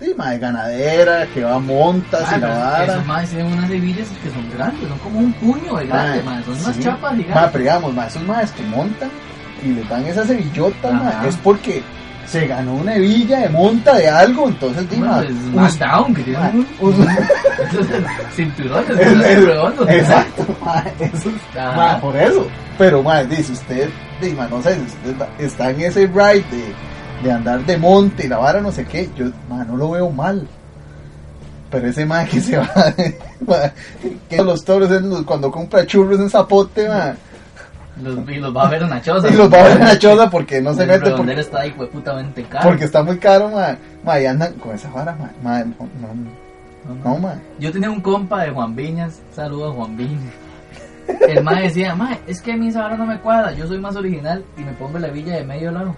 A: Sí, mae, ganadera, que va a montas
B: Mae,
A: y la
B: pero
A: vara.
B: Ah, esos maes tienen unas hebillas que son grandes, son como un puño de grande, mae, son unas
A: Ah, sí.
B: chapas
A: Ma,
B: gigantes.
A: pero digamos, ma, esos madres que montan y le dan esa sevillota, ma,
B: Ajá.
A: es porque se ganó una hebilla de monta de algo, entonces di,
B: Bueno,
A: ma,
B: es
A: us-
B: SmackDown, que tienen
A: ma,
B: un-
A: us-
B: esos cinturones,
A: es-
B: esos
A: es-
B: redondos.
A: Exacto, ma, eso es-
B: Ajá.
A: ma, por eso. Pero, ma, dice usted, di, ma, no sé, si usted va- está en ese ride de, de andar de monte y la vara, no sé qué, yo, ma, no lo veo mal. Pero ese ma que se va, ma, que los toros en los- cuando compra churros en zapote, ma.
B: Los, y los va a ver en la choza.
A: Y los va a ver en la choza porque no se
B: El
A: mete.
B: redondel
A: Porque,
B: está ahí, putamente caro.
A: porque está muy caro, ma. Ma, y andan con esa vara, ma. ma no, no,
B: No, no.
A: no, ma.
B: Yo tenía un compa de Juan Viñas, saludos a Juan Viñas. El mae decía, mae, es que a mí esa vara no me cuadra, yo soy más original y me pongo la villa de medio lado.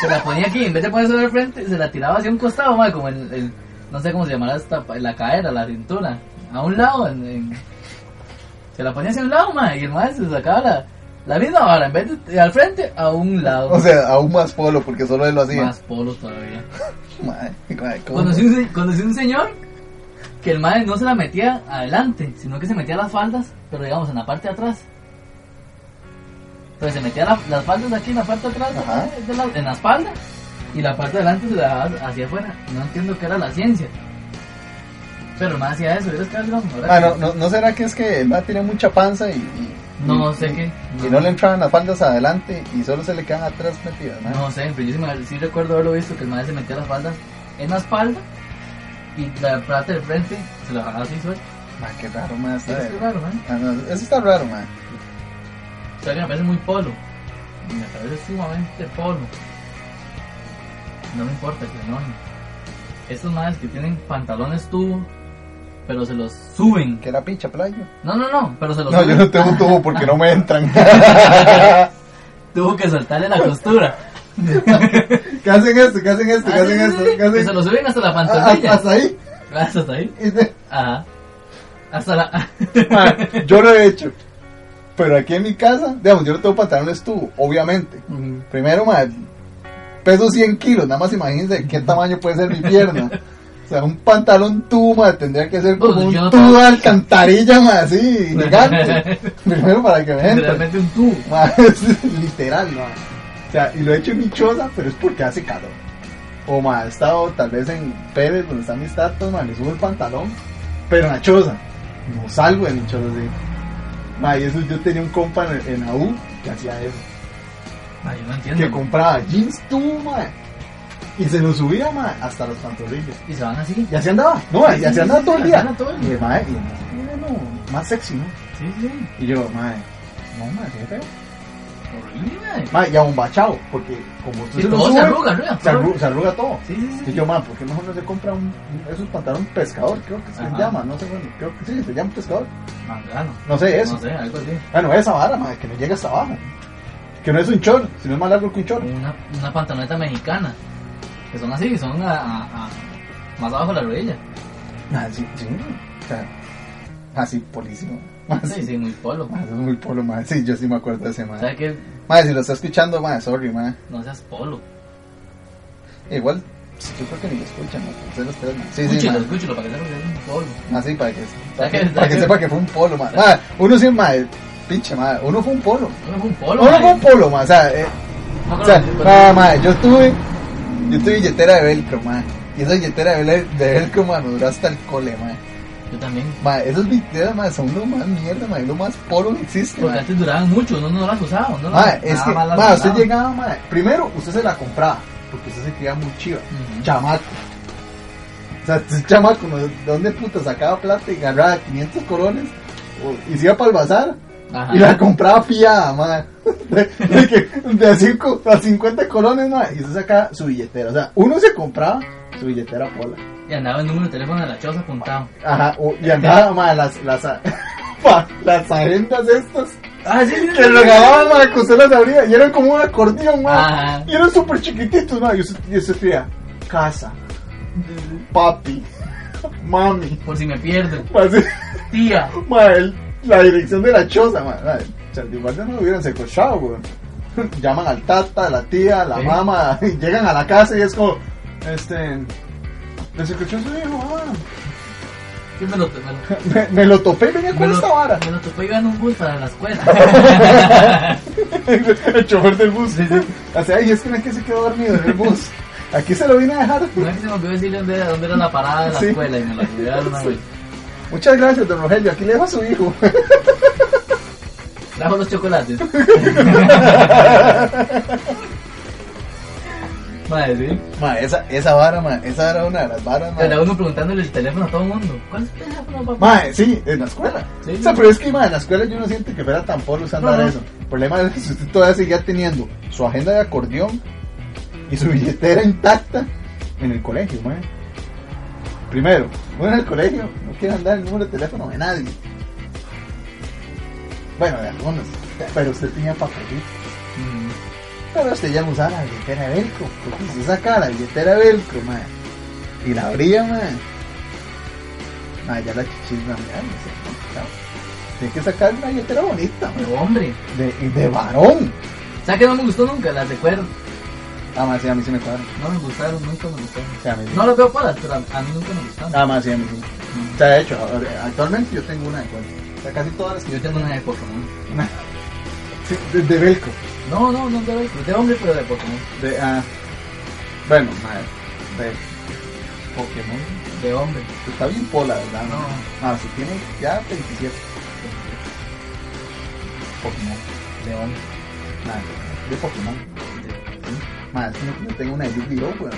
B: Se la ponía aquí, en vez de ponerse al frente, se la tiraba hacia un costado, mae, como el, el- no sé cómo se llamará esta, pa- la cadera, la cintura, a un lado, en- en- se la ponía hacia un lado, mae, y el mae se sacaba la, la misma vara, en vez de, de al frente, a un lado.
A: O sea, aún más polo porque solo él lo hacía.
B: más polos todavía.
A: Ma, ma, ¿cómo?
B: Conocí un, se- conocí un señor que el madre no se la metía adelante, sino que se metía las faldas, pero digamos en la parte de atrás. Entonces se metía la- las faldas aquí en la parte de atrás,
A: Ajá.
B: de la- en la espalda, y la parte de adelante se la dejaba hacia afuera. No entiendo qué era la ciencia. Pero el madre hacía eso, ¿eres cabrón?
A: Ma, no, no, ¿no será que es que el ma tiene mucha panza y. y-
B: No
A: y-
B: sé qué.
A: Y no le entraban las faldas adelante y solo se le quedan atrás metidas, ma.
B: No sé, pero yo sí, me- sí recuerdo haberlo visto que el madre se metía las faldas en la espalda y la parte del frente se la bajaba así suelta.
A: Ma, qué raro, ma.
B: Sí,
A: está de-
B: es raro, ¿eh?
A: Ah, no, Eso está raro, ma.
B: O sea, que me parece muy polo. Me parece sumamente polo. No me importa que se enojen. Estos madres que tienen pantalones tubo, pero se los suben.
A: Que era picha, playo.
B: No, no, no, pero se los
A: No,
B: suben.
A: yo no tengo un tubo porque no me entran.
B: Tuvo que soltarle la costura.
A: ¿Qué hacen esto? ¿Qué hacen esto? ¿Qué
B: Ah,
A: hacen esto? ¿Qué
B: que
A: hacen
B: se los suben hasta la
A: Ah, ah,
B: pantorrilla.
A: Hasta ahí.
B: Hasta ahí.
A: Y de-
B: Ajá. Hasta la.
A: Ma, Ah, yo lo he hecho. Pero aquí en mi casa, digamos, yo no tengo pantalones tubo, obviamente.
B: Ujú.
A: Primero, ma, peso 100 kilos. Nada más imagínense qué tamaño puede ser mi pierna. O sea, un pantalón tubo, ma, tendría que ser como
B: Pues,
A: un
B: yo no
A: tubo
B: tengo-
A: de alcantarilla, ma, así, gigante. Primero para que me entre.
B: Literalmente un tubo.
A: Ma, es literal, ma. O sea, y lo he hecho en mi choza, pero es porque hace calor. O ma, he estado tal vez en Pérez, donde están mis tatos, ma, me subo el pantalón, pero en la choza. No salgo de mi choza, sí. Ma, y eso yo tenía un compa en, en la U que hacía eso.
B: Ay, yo no
A: Que
B: entiendo.
A: compraba jeans tú, ma. Y se los subía, ma, hasta los pantorrillos.
B: Y se van así.
A: Y así andaba, no, ma, y así andaba todo el
B: Así
A: día.
B: anda todo el
A: Y
B: día.
A: ma, y ma, bueno, más sexy, ¿no?
B: Sí, sí.
A: Y yo, ma, no, ma, qué feo.
B: Horrible, madre.
A: Ma, y abombachado, porque como tú se
B: Y
A: lo
B: todo se
A: subes,
B: arruga, arruga.
A: se, arru- se arruga todo.
B: Sí, sí, sí.
A: Y yo, man, ¿por qué mejor no se compra un, un- esos pantalones pescador? Creo que se
B: Ajá.
A: llama, no sé, bueno, creo que sí, se llama pescador.
B: Mangano.
A: No sé, eso.
B: No sé, algo así.
A: Bueno, esa vara, man, que no llega hasta abajo. Que no es un short, sino es más largo que un short.
B: Una, una pantaloneta mexicana. Que son así, son a, a- a- más abajo de la rodilla.
A: Ah, sí, sí, o sea, así, polísimo. Man,
B: Sí,
A: Ah, sí,
B: sí, muy polo.
A: Man, eso es muy polo, man. Sí, yo sí me acuerdo de ese, man.
B: ¿Sabes qué?
A: Man, si lo está escuchando, man, sorry, man.
B: No seas polo.
A: Igual, yo creo que ni lo escuchan, man. pero ustedes los tres, man. Sí, sí,
B: Escúchelo,
A: man.
B: escúchelo para que sepas que es un polo.
A: Así para que, para que,
B: que-
A: para que sepa que fue un polo, ma. Ma, uno sí, ma, pinche, ma, uno fue un polo.
B: No es un polo.
A: Uno
B: madre.
A: fue un polo, ma, o sea, eh,
B: No
A: o sea,
B: creo que-
A: ma, ma, yo tuve, yo tuve billetera de velcro, ma. Y esa billetera de vel- de velcro, ma, me duró hasta el cole, ma.
B: Yo también.
A: Ma, esas billeteras, ma, son lo más mierda, ma, es lo más polo que existe,
B: Porque
A: ma.
B: antes duraban mucho, no, no las usaba. No,
A: Ma,
B: las-
A: es
B: nada
A: que,
B: más las
A: ma, usted
B: usaba.
A: llegaba, ma, primero, usted se la compraba, porque usted se creía muy chiva.
B: Ujú.
A: chamaco. O sea, este chamaco, ¿no? ¿de dónde puta sacaba plata y agarraba 500 colones? O- Y se iba para el bazar
B: Ajá.
A: y la compraba fiada, madre. De, de que- de a cinco- a 50 colones, madre. Y se sacaba su billetera. O sea, uno se compraba su billetera pola.
B: Y andaba el número de teléfono de la choza apuntado.
A: Ajá, o- y andaba, madre, las, las, a- pa- las agendas estas
B: Ah, sí,
A: que regalaban, madre, que usted las abría. Y eran como un acordeón, madre.
B: Ajá.
A: Y eran súper chiquititos, madre. Y usted, y usted escribía, casa, papi, mami.
B: Por si me pierdo.
A: Así,
B: Tía.
A: ma, el- la dirección de la choza, ma. ma, O sea, igual ya no lo hubieran secuestrado, weón. Llaman al tata, a la tía, a la
B: Sí.
A: mamá, y llegan a la casa y es como, este, le secuestró su hijo, ah.
B: Yo me lo, me lo,
A: Me, me lo topé y venía
B: me
A: con
B: lo,
A: esta vara.
B: me lo topé llevando un bus para la escuela.
A: el chofer del bus.
B: Sí, sí.
A: Así, ay, es que no es que se quedó dormido en el bus. Aquí se lo vine a dejar.
B: No es que se me olvidó decirle dónde era, dónde era la parada de la
A: Sí.
B: escuela y me la olvidaron una vez.
A: Muchas gracias, don Rogelio. Aquí le dejo a su hijo.
B: Trajo los chocolates. Madre, sí.
A: Ma, esa, esa vara, ma, esa era una de las varas, ma.
B: Pero uno preguntándole el teléfono a todo el mundo. ¿Cuál es el teléfono, papá?
A: Ma, sí, en la escuela.
B: Sí.
A: O sea, pero es que, ma, en la escuela yo no siento que fuera tan polo usando
B: No, no.
A: eso. El problema es que si usted todavía seguía teniendo su agenda de acordeón y su billetera intacta en el colegio, ma. Primero, uno en el colegio no quiere andar el número de teléfono de nadie. Bueno, de algunos. Pero usted tenía papelito.
B: Mm.
A: Pero usted ya no usaba la billetera de velcro. Porque si sacaba la billetera de velcro, ma, y la abría, ma, ma, ya la chichis no, ya, no sé, no, chao. Tiene que sacar una billetera bonita, ma,
B: Pero hombre,
A: de, y de varón.
B: ¿sabes que no me gustó nunca? Las de cuero.
A: Ah, ma, sí, a mí sí me cuadra.
B: No me gustaron, nunca me gustaron.
A: O sea, a mí sí.
B: No lo veo palas, pero a, a mí nunca me gustaron.
A: Ah, ma, sí, a mí sí. O sea, de hecho, ahora, actualmente yo tengo una de cuenta. O sea, casi todas las que yo
B: Yo tengo una de Pokémon.
A: una- Sí, de, de velcro.
B: No, no, no, de hombre, de hombre, pero de Pokémon.
A: De, ah, bueno, ma, de Pokémon.
B: De hombre.
A: Está bien pola, ¿verdad?
B: No.
A: Ah, si tiene ya 27. Pokémon.
B: De hombre.
A: Nada, de Pokémon.
B: De-
A: Más, no no Pues, tengo una de Yu-Gi-Oh, weón.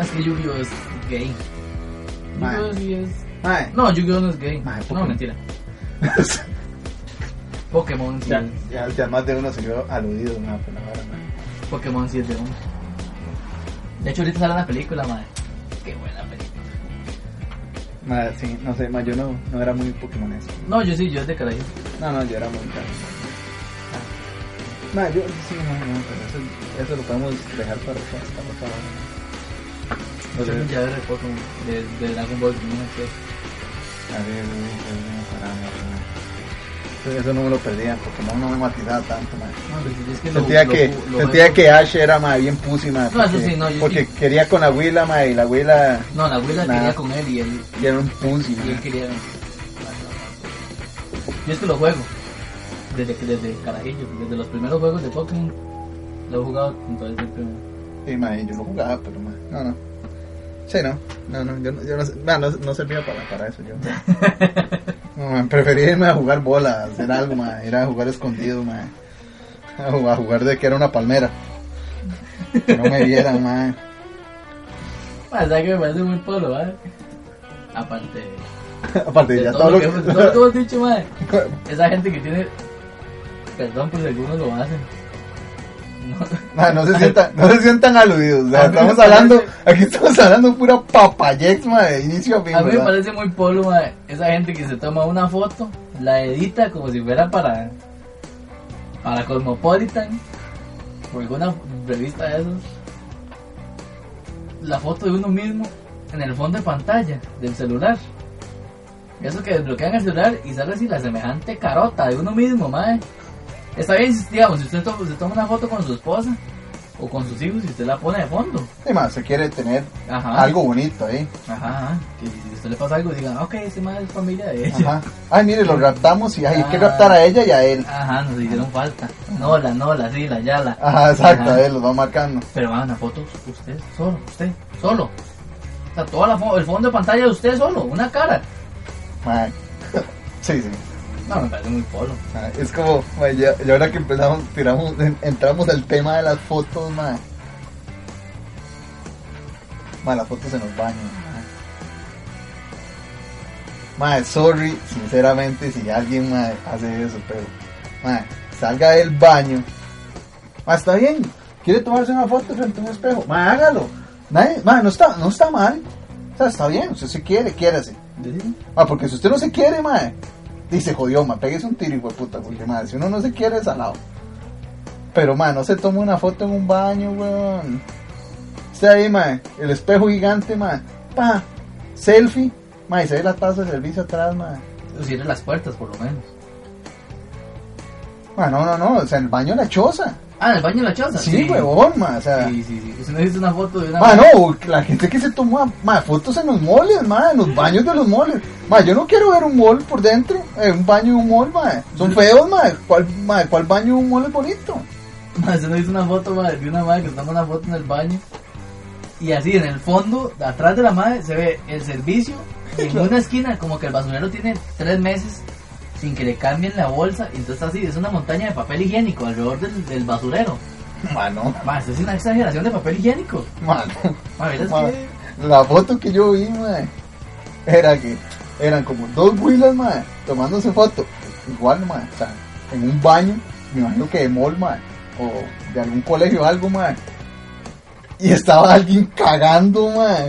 B: Es que Yu-Gi-Oh es gay.
A: Madre.
B: Yu-Gi-Oh sí es...
A: Madre.
B: No, Yu-Gi-Oh no es gay.
A: Madre,
B: no,
A: Pokémon.
B: mentira. Pokémon sí,
A: ya,
B: es-
A: ya, ya más de uno se vio aludido, nada, por la vara, ma.
B: Pokémon sí es de hombre. De hecho, ahorita sale una película, madre. Qué buena película.
A: Ma, sí, no sé, ma, yo no, no era muy Pokémonesco.
B: No, yo sí, yo es de carajo.
A: No, no, yo era muy caro. Ma, yo, sí, no, no, pero eso, eso lo podemos dejar para otra, para otra vara.
B: Yo soy un llavero de Pokémon, de, de Dragon Ball, no sé qué.
A: A ver, a ver, a ver, para, para. Eso- Eso no me lo perdía, Pokémon no me matizaba tanto, man.
B: No, pues, es que lo-
A: Sentía,
B: lo-
A: que,
B: lo-
A: sentía que Ash era ma, bien pussy, ma,
B: No, eso
A: porque,
B: sí, no, yo
A: porque
B: sí.
A: quería con la abuela ma, y la abuela
B: No, la abuela
A: Nah.
B: quería con él y él,
A: ya era un pussy.
B: y él
A: ma.
B: quería... Yo es que lo juego. Desde, que- desde carajillo, desde los primeros juegos de Pokémon. Lo he jugado, entonces siempre... me-
A: Sí, ma, y yo lo jugaba, pero ma, no, no. Sí, no, no, no, yo, no- yo no, sé- ma, no, no servía para, para eso. Yo, no, ma, prefería irme a jugar bola, a hacer algo, ma, ir a jugar escondido, ma, a ju- a jugar de que era una palmera. Que no me vieran, ma.
B: Ah, ¿sabes que me parece muy polo, ¿vale? Aparte...
A: Aparte,
B: de
A: ya
B: todo lo que,
A: que-
B: hemos- todo lo que hemos dicho, madre. Esa gente que tiene... Perdón, pues algunos lo hacen. No...
A: Ah, no, se sientan, no se sientan aludidos. o sea,
B: A mí me
A: estamos
B: parece-
A: hablando, aquí estamos hablando pura papayex, ma, de inicio a fin.
B: A mí me
A: ¿verdad?
B: parece muy polo, mae, esa gente que se toma una foto, la edita como si fuera para para Cosmopolitan o alguna revista de esos. La foto de uno mismo en el fondo de pantalla del celular. Eso que desbloquean el celular y sale así la semejante carota de uno mismo, mae. Está bien, si- digamos, si usted to- se toma una foto con su esposa o con sus hijos y usted la pone de fondo.
A: Sí, ma, se quiere tener
B: Ajá.
A: algo bonito ahí.
B: Ajá, ajá. Que si a usted le pasa algo, digan, ok, ese madre es familia de ella.
A: Ajá. Ay, mire, lo raptamos y ay, hay que
B: Ah.
A: raptar a ella y a él.
B: Ajá, nos hicieron falta. No, la, no, la, sí, la, ya, la.
A: Ajá, exacto,
B: Ajá.
A: a él los va marcando.
B: Pero van a fotos, usted solo, usted solo. O sea, toda la fo- el fondo de pantalla de usted solo, una cara.
A: Ma, Sí, sí.
B: No, me parece muy polo.
A: ma, Es como, ma, ya, y ahora que empezamos, tiramos, en- entramos al tema de las fotos, ma. Ma, las fotos en los baños, ma. Mae, sorry, sinceramente, si alguien mae, hace eso, pero mae, salga del baño. Mae, está bien, quiere tomarse una foto frente a un espejo. Mae, hágalo. Nadie, mae, no está, no está mal. O sea, está bien, usted se quiere, quiérase. Ah, porque si usted no se quiere, mae, dice jodió, mae, pégese un tiro, hijo de puta, porque mae, si uno no se quiere, es al lado. Pero mae, no se toma una foto en un baño, weón. Está ahí, mae, el espejo gigante, mae, pa, selfie, mae, y se ve la taza de servicio atrás, mae.
B: O cierre las puertas, por lo menos.
A: Mae, no, no, no, o sea, el baño de la choza.
B: Ah, en el baño de la choza.
A: Sí, huevón, Ah, mae, o sea.
B: Sí, sí, sí. Usted no hizo una foto de una.
A: Ma, no, la gente que se toma ma, fotos en los moles, ma, en los baños de los moles. Ma, yo no quiero ver un mall por dentro, eh, un baño de un mall, ma. Son feos, ma. ¿Cuál, ma, ¿Cuál baño de un mall es bonito?
B: Ma, Usted no hizo una foto, ma, de una madre que se toma una foto en el baño. Y así, en el fondo, atrás de la madre, se ve el servicio. Y en una esquina, como que el basurero tiene tres meses sin que le cambien la bolsa. Y entonces así, es una montaña de papel higiénico alrededor del, del basurero.
A: Mano,
B: Más, es una exageración de papel higiénico.
A: mano.
B: Ma, ¿verdad? Es
A: Ma,
B: que-
A: La foto que yo vi, mae, era que eran como dos huilas, mae, tomándose foto. Igual, mae, o sea, en un baño, me imagino que de mall, mae, o de algún colegio o algo, mae. Y estaba alguien cagando, mae.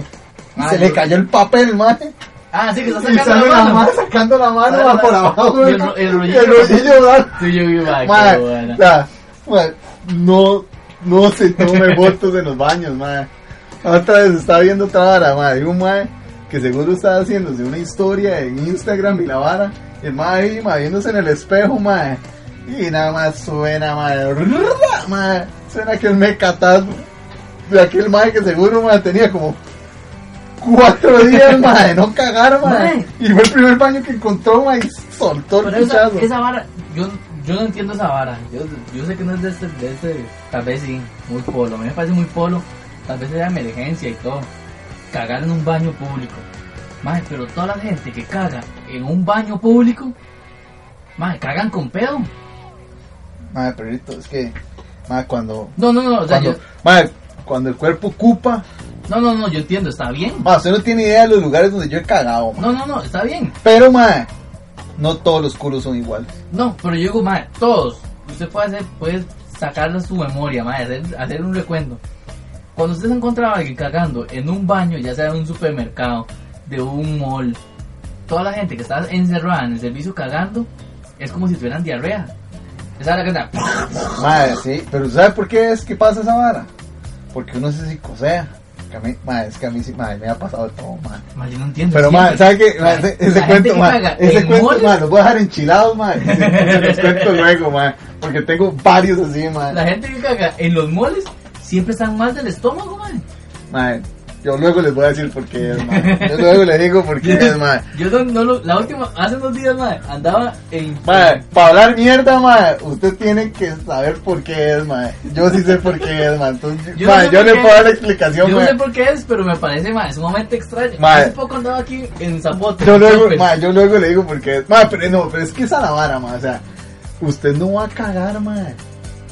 A: Y
B: Ah,
A: se
B: yo-
A: le cayó el papel, mae.
B: Ah, sí, que está
A: Y sale
B: sacando la mano.
A: sacando la mano
B: Sale
A: mae,
B: la-
A: por abajo. mae.
B: y el ro- el
A: Y
B: rollillo.
A: el rollillo, mae.
B: Tú y yo vivo aquí,
A: Mae,
B: bueno.
A: o sea, mae, no, no se tome fotos en los baños, mae. Otra vez está viendo otra vara, mae. Y un mae que seguro está haciéndose una historia en Instagram y la vara. Y el mae ahí, mae, viéndose en el espejo, mae. Y nada más suena, mae. rrrra, mae. Suena aquel mecatazo. De aquel mae que seguro, mae, tenía como cuatro días, mae. No cagar, mae.
B: Mae.
A: Y fue el primer baño que encontró, mae. Y soltó el
B: Pero esa,
A: pichazo.
B: esa vara, yo, yo no entiendo esa vara. Yo, yo sé que no es de este, de este- tal vez sí, muy polo. A mí me parece muy polo. Tal vez sea emergencia y todo. Cagar en un baño público. Madre, pero toda la gente que caga en un baño público, madre, cagan con pedo.
A: Madre, perrito, es que. Madre, cuando.
B: No, no, no, o sea,
A: cuando,
B: yo-
A: madre, cuando el cuerpo ocupa.
B: no, no, no, yo entiendo, está bien.
A: Madre, usted no tiene idea de los lugares donde yo he cagado, madre.
B: No, no, no, está bien.
A: Pero, madre, no todos los culos son iguales.
B: No, pero yo digo, madre, todos. Usted puede hacer, puede sacarle su memoria, madre, hacer, hacer un recuento. Cuando usted se encontraba a alguien cagando en un baño, ya sea de un supermercado, de un mall, toda la gente que está encerrada en el servicio cagando, es como si tuvieran diarrea. Esa es la que está.
A: Madre, sí. Pero, ¿sabe por qué es que pasa esa vara? Porque uno se psicosea. Que a mí, madre, es que a mí sí, madre, me ha pasado de todo, madre.
B: Madre, yo no entiendo.
A: Pero,
B: siempre-
A: madre, ¿sabe qué? Madre, ese- ese
B: la gente
A: cuento,
B: que
A: madre,
B: caga
A: ese
B: en
A: cuento,
B: mall,
A: madre, los voy a dejar enchilados, madre. Y se los cuento luego, madre. Porque tengo varios así, madre.
B: La gente que caga en los moles siempre están mal del estómago, madre.
A: Mae, yo luego les voy a decir por qué es, mae. Yo luego les digo por qué es, mae.
B: Yo no, no lo- la última, hace unos días, madre, andaba en.
A: Mae, para hablar mierda, mae, usted tiene que saber por qué es, mae. Yo sí sé por qué es, mae. Entonces,
B: Yo
A: yo,
B: no sé
A: yo
B: por
A: le
B: qué.
A: puedo dar la explicación,
B: Yo no
A: mae.
B: sé por qué es, pero me parece ma, sumamente extraño.
A: Ma.
B: Hace poco andaba aquí en Zapote.
A: Yo
B: en
A: luego,
B: Shoppers.
A: mae, yo luego le digo por qué es. Mae, pero no, pero es que esa la vara, mae. O sea, usted no va a cagar, mae.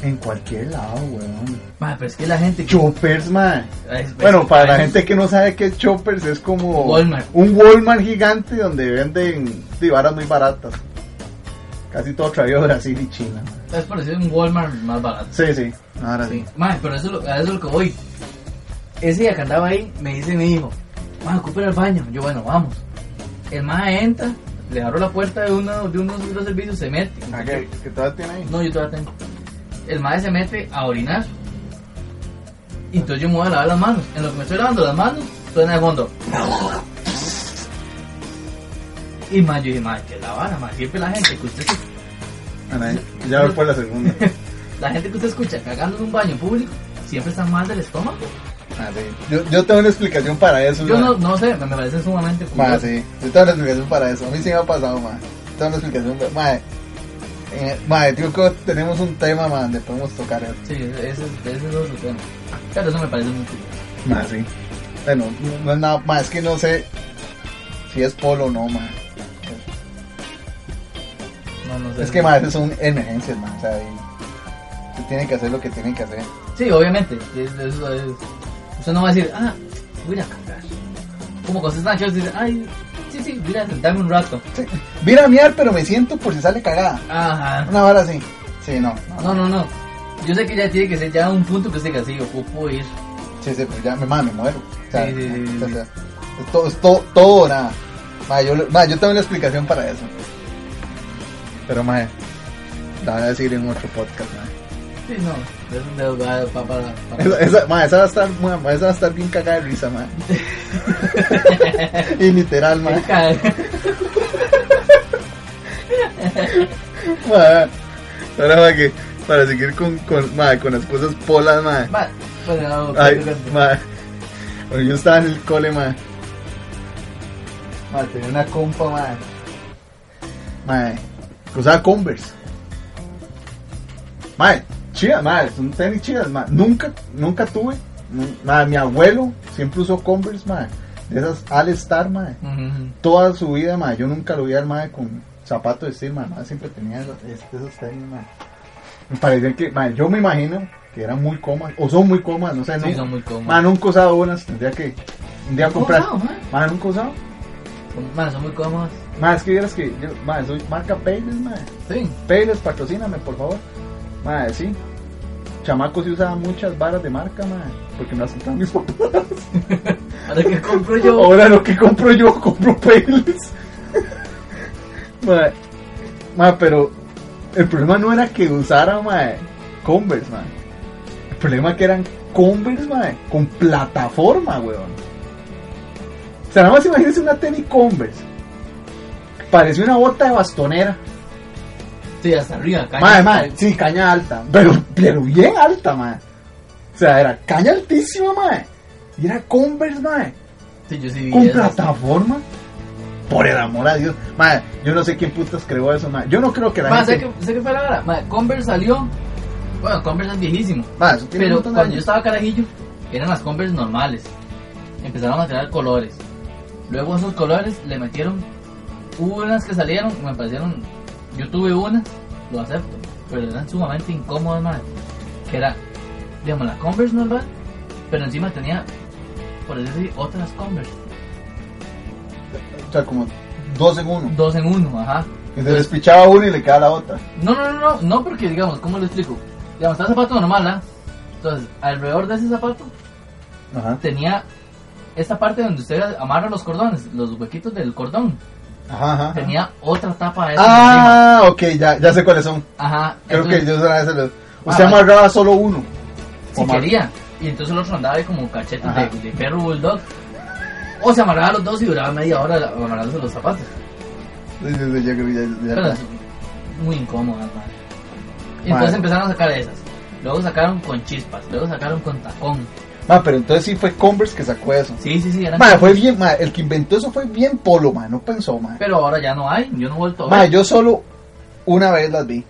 A: En cualquier lado, weón.
B: Ma, pero es que la gente. pues,
A: Choppers, mae.
B: Es- es-
A: Bueno, para la
B: es-
A: gente que no sabe qué es Choppers, es como
B: Walmart.
A: un Walmart gigante donde venden sí, varas muy baratas. Casi todo traído de Brasil y China. man.
B: Es parecido a un Walmart más barato.
A: Sí, sí, ahora sí.
B: Sí. Ma, pero eso, es lo- a eso es lo que voy. Ese día que andaba ahí, me dice mi hijo: Ma, ocupa ir al baño. Yo, bueno, vamos. El ma entra, le abro la puerta de uno de unos de los servicios, se mete.
A: Ah, ¿Qué, qué todavía tiene ahí?
B: No, yo todavía tengo. El madre se mete a orinar. Y entonces yo me voy a lavar las manos. En lo que me estoy lavando las manos, suena de fondo. Y más yo dije, madre, que la vara, madre. Siempre la gente que usted
A: Ahora ahí. Ya voy por la segunda.
B: la gente que usted escucha cagando en un baño público, siempre está mal del estómago.
A: Ah, sí. Yo, yo tengo una explicación para eso.
B: Yo
A: man.
B: no, no sé, me me parece sumamente
A: Ma,
B: curioso.
A: sí. Yo tengo una explicación para eso. A mí sí me ha pasado, ma. Tengo una explicación. pero, Ma, eh, ma, yo creo que tenemos un tema, ma, donde podemos tocar eso.
B: Sí, ese, es- ese es otro tema. Pero eso me parece muy curioso.
A: Ma, sí. Bueno, no- no es nada, ma, es que no sé si es polo o no, ma.
B: No, no sé.
A: Es que, ma, esas son emergencias, ma. O sea, y se tiene que hacer lo que tiene que hacer.
B: Sí, obviamente. es- eso es- Usted no va a decir, ah, voy a ir a cagar. Como cuando están aquí, dice, ay, sí, sí, voy a ir a sentarme un rato.
A: Sí. Vira a miar, pero me siento por si sale cagada.
B: Ajá.
A: Una hora así. Sí, no.
B: No, no, no. Yo sé que ya tiene que ser ya un punto que usted diga, sí, ocupo ir.
A: Sí, sí, pues ya, me, ma, me muero. O sea,
B: Sí, sí, sí,
A: o sea,
B: sí.
A: es todo, es todo, todo o nada. Ma, yo, le- ma, yo tengo una explicación para eso. Pero, ma, la voy a decir en otro podcast, ma.
B: Sí, no. Es un dedo para... para,
A: Esa,
B: para.
A: esa, ma, esa va a estar, ma, ma, esa va a estar bien cagada de risa, ma. y literal, ma. ma. Ahora, ma, que para seguir con, con, ma, con las cosas polas, ma.
B: Va, bueno, no, pues,
A: Ay,
B: perdón.
A: ma. Cuando yo estaba en el cole, ma. Ma, tenía una compa, ma. Ma, que usaba Converse. Ma, chidas, ma, son tenis chidas, ma. Nunca, nunca tuve. Nu- Ma, mi abuelo siempre usó Converse, ma. De esas All Star, ma.
B: Ujú.
A: Toda su vida, ma. Yo nunca lo vi al ma con zapato de steel, ma. Ma, siempre tenía esas, esas este, tenis, ma. Me parece que, ma, yo me imagino que eran muy comas, o son muy comas, no sé,
B: Sí,
A: no.
B: son muy cómodos.
A: Ma, nunca he usado unas, tendría que un día
B: ¿Nunca
A: comprar.
B: usado, ma?
A: Ma, nunca he usado.
B: Son- ma, son muy cómodos.
A: Ma, es que vieras que yo, ma, soy marca Payless, ma.
B: Sí.
A: Payless, patrocíname, por favor. Ma, sí. Chamaco sí usaba muchas varas de marca, ma, porque me las compraban mis papás.
B: Ahora que compro yo.
A: Ahora lo que compro yo, compro Payless. ma, ma, pero el problema no era que usara ma, Converse, ma. El problema que eran Converse, ma, con plataforma, weón. O sea, nada más imagínense una tenis Converse. Parecía una bota de bastonera.
B: Sí, hasta arriba. caña.
A: Madre, madre, sí, caña alta. Pero, pero bien alta, madre. O sea, era caña altísima, madre. Y era Converse, madre.
B: Sí, yo sí vi
A: Con
B: esas.
A: plataforma. Por el amor a Dios. Madre, yo no sé quién putas creó eso, madre. Yo no creo que la
B: Ma, ¿sabe
A: gente...
B: qué, sabe qué fue la hora? Ma, Converse salió. Bueno, Converse es viejísimo.
A: Madre, eso tiene un
B: Pero
A: montón de
B: cuando yo
A: años.
B: estaba carajillo, eran las Converse normales. Empezaron a crear colores. Luego a esos colores le metieron hubo unas que salieron, me parecieron. Yo tuve una, lo acepto, pero eran sumamente incómodas, madre. Que era, digamos, la Converse normal, pero encima tenía, por decir, otras Converse.
A: O sea, como dos en uno.
B: Dos en uno, ajá.
A: Y se despichaba una y le quedaba la otra.
B: No, no, no, no, no, porque digamos, ¿cómo lo explico? Digamos, está el zapato normal, ¿ah? Entonces, alrededor de ese zapato
A: Ajá.
B: tenía esta parte donde usted amarra los cordones, los huequitos del cordón.
A: Ajá, ajá.
B: Tenía otra tapa de esa
A: Ah, ok, ya, ya sé cuáles son.
B: encima. Ajá.
A: Creo que
B: entonces,
A: yo era ese. los- Usted
B: Ah,
A: amarraba solo uno.
B: Si
A: O más.
B: quería. Y entonces el otro andaba ahí como cachetes
A: Ajá.
B: de, de perro bulldog. O se amarraba los dos y duraba media hora la- amarrándose los zapatos.
A: Sí, sí, sí, yo creo que ya- ya-
B: Pero es muy incómodo, además. Y entonces
A: Madre.
B: empezaron a sacar esas. Luego sacaron con chispas, luego sacaron con tacón.
A: Ma, pero entonces sí fue Converse que sacó eso.
B: Sí, sí, sí, eran.
A: Ma, fue bien, ma, el que inventó eso fue bien polo, ma, no pensó, ma.
B: Pero ahora ya no hay, yo no he vuelto a
A: Ma,
B: ver.
A: yo solo una vez las vi.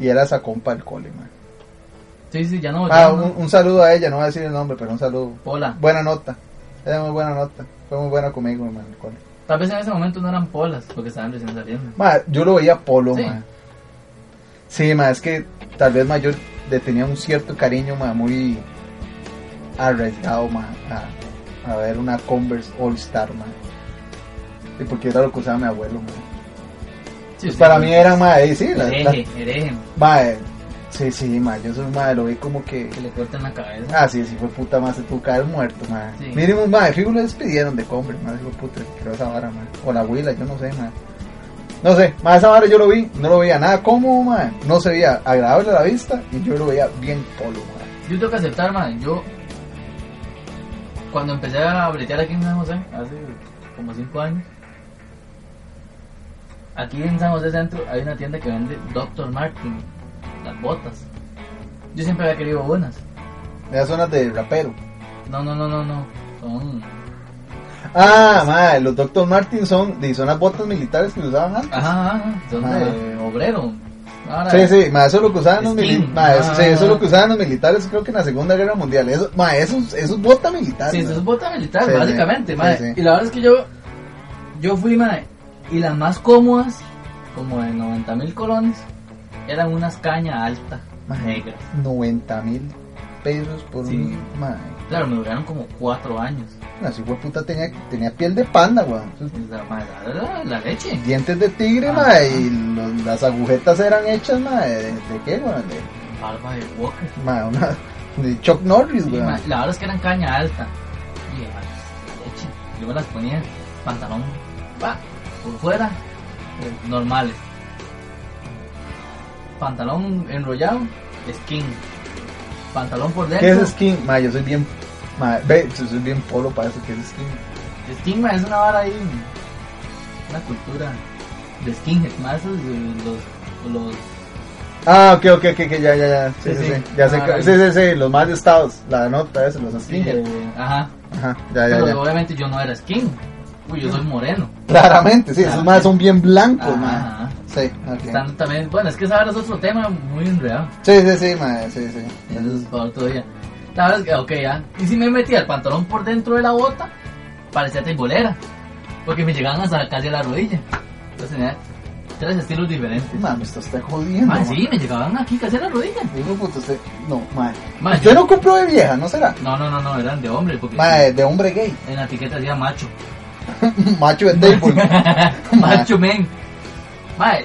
A: Y era esa compa del cole, ma.
B: Sí, sí, ya no.
A: Ma,
B: ya no.
A: Ah, un, un saludo a ella, no voy a decir el nombre, pero un saludo.
B: Pola.
A: Buena nota. Era muy buena nota. Fue muy buena conmigo, ma, en el cole.
B: Tal vez en ese momento no eran polas, porque estaban recién saliendo.
A: Ma, yo lo veía polo,
B: Sí.
A: ma. Sí, ma, es que tal vez, ma, yo le tenía un cierto cariño, ma, muy arriesgado, ma, a, a ver una Converse All Star, ma. Y porque era lo que usaba mi abuelo, ma.
B: Sí,
A: Pues
B: sí,
A: para
B: sí.
A: mí era mae, sí, la, la-
B: Hereje, hereje,
A: mae, sí, sí, mae, yo soy mae, lo vi como que,
B: que le corten la cabeza.
A: ah, sí, sí, fue puta, mae, se tuvo que haber muerto, mae.
B: Sí.
A: Mínimo, mae, fijo, lo despidieron de compra, mae, dijo, puta, creo esa vara, mae, o la huila, yo no sé, mae. No sé, mae, esa vara yo lo vi, no lo veía nada cómodo, mae, no se veía agradable a la vista, y yo lo veía bien polo, mae.
B: Yo tengo que aceptar, man. Yo, cuando empecé a bretear aquí en San José, hace como 5 años, aquí en San José Centro hay una tienda que vende Dr. Martin, las botas. Yo siempre había querido unas.
A: Esas zonas de rapero.
B: No, no, no, no, no. Son.
A: Ah, mae, los Dr. Martin son, di, son las botas militares que usaban antes.
B: Ajá, ajá, son de obrero. Ahora-
A: Sí, sí, ma, eso es lo que usaban los
B: Ah, eh. Skin.
A: militares. Ma, eso, sí, eso es
B: Ah.
A: lo que usaban los militares, creo que en la Segunda Guerra Mundial. Eso, ma, eso, es- eso es bota militar.
B: Sí,
A: ma.
B: eso es bota militar,
A: Sí,
B: básicamente,
A: sí,
B: madre.
A: sí, sí.
B: Y la verdad es que yo, yo fui, madre, y las más cómodas, como de 90 mil colones, eran unas cañas altas,
A: Ma,
B: negras.
A: 90 mil pesos por
B: Sí.
A: un. Ma,
B: Claro, me duraron como cuatro años.
A: la si puta tenía, tenía piel de panda, weón. Esos
B: Y La, madre, la, la- la leche.
A: Dientes de tigre,
B: Ah.
A: ma, y los- las agujetas eran hechas, ma, de, de qué, weón. De,
B: Barba de Walker.
A: ma, una- de Chuck Norris,
B: Sí,
A: weón.
B: madre, la verdad es que eran caña alta. Y eh, madre, leche. Yo me las ponía, pantalón, pa, por fuera, eh, normales. Pantalón enrollado, skin. Pantalón por
A: ¿Qué
B: dentro.
A: es skin? Ma, yo soy bien. Ma, ve, yo soy bien polo para eso, ¿qué es skin?
B: Estigma es una vara ahí, una cultura de skinhead, más esos de los, los,
A: Ah, ok, ok, ok, ok, ya, ya, ya. Sí,
B: Sí,
A: sí,
B: sí.
A: sí. Ya sé
B: Ah,
A: que-
B: ahí.
A: sí, sí, sí, los más estados, la nota esa, los skinhead.
B: eh, ajá,
A: Ajá, ya, ya,
B: pero
A: ya.
B: obviamente yo no era skin, uy, yo soy moreno,
A: Claramente, sí, esos
B: Claramente.
A: más son bien blancos,
B: Ah, Ajá.
A: man. Sí, ok.
B: están también, bueno, es que esa vara es otro tema muy enredado,
A: Sí, sí, sí, man, sí, sí.
B: eso es para otro día, la verdad es que, ok, ya, y si me metía el pantalón por dentro de la bota, parecía timbolera, porque me llegaban hasta casi a la rodilla, entonces tenía tres estilos diferentes.
A: Mami, usted está jodiendo.
B: Mae,
A: ma.
B: ¿Ah, sí, me llegaban aquí casi a la rodilla.
A: Hijo de puta, usted. No, ma.
B: Ma,
A: usted
B: yo-
A: no compró de vieja, ¿no será?
B: No, no, no, no, eran de hombre, porque
A: Ma, de hombre gay.
B: en la etiqueta decía macho.
A: Macho de table.
B: macho men. Mae,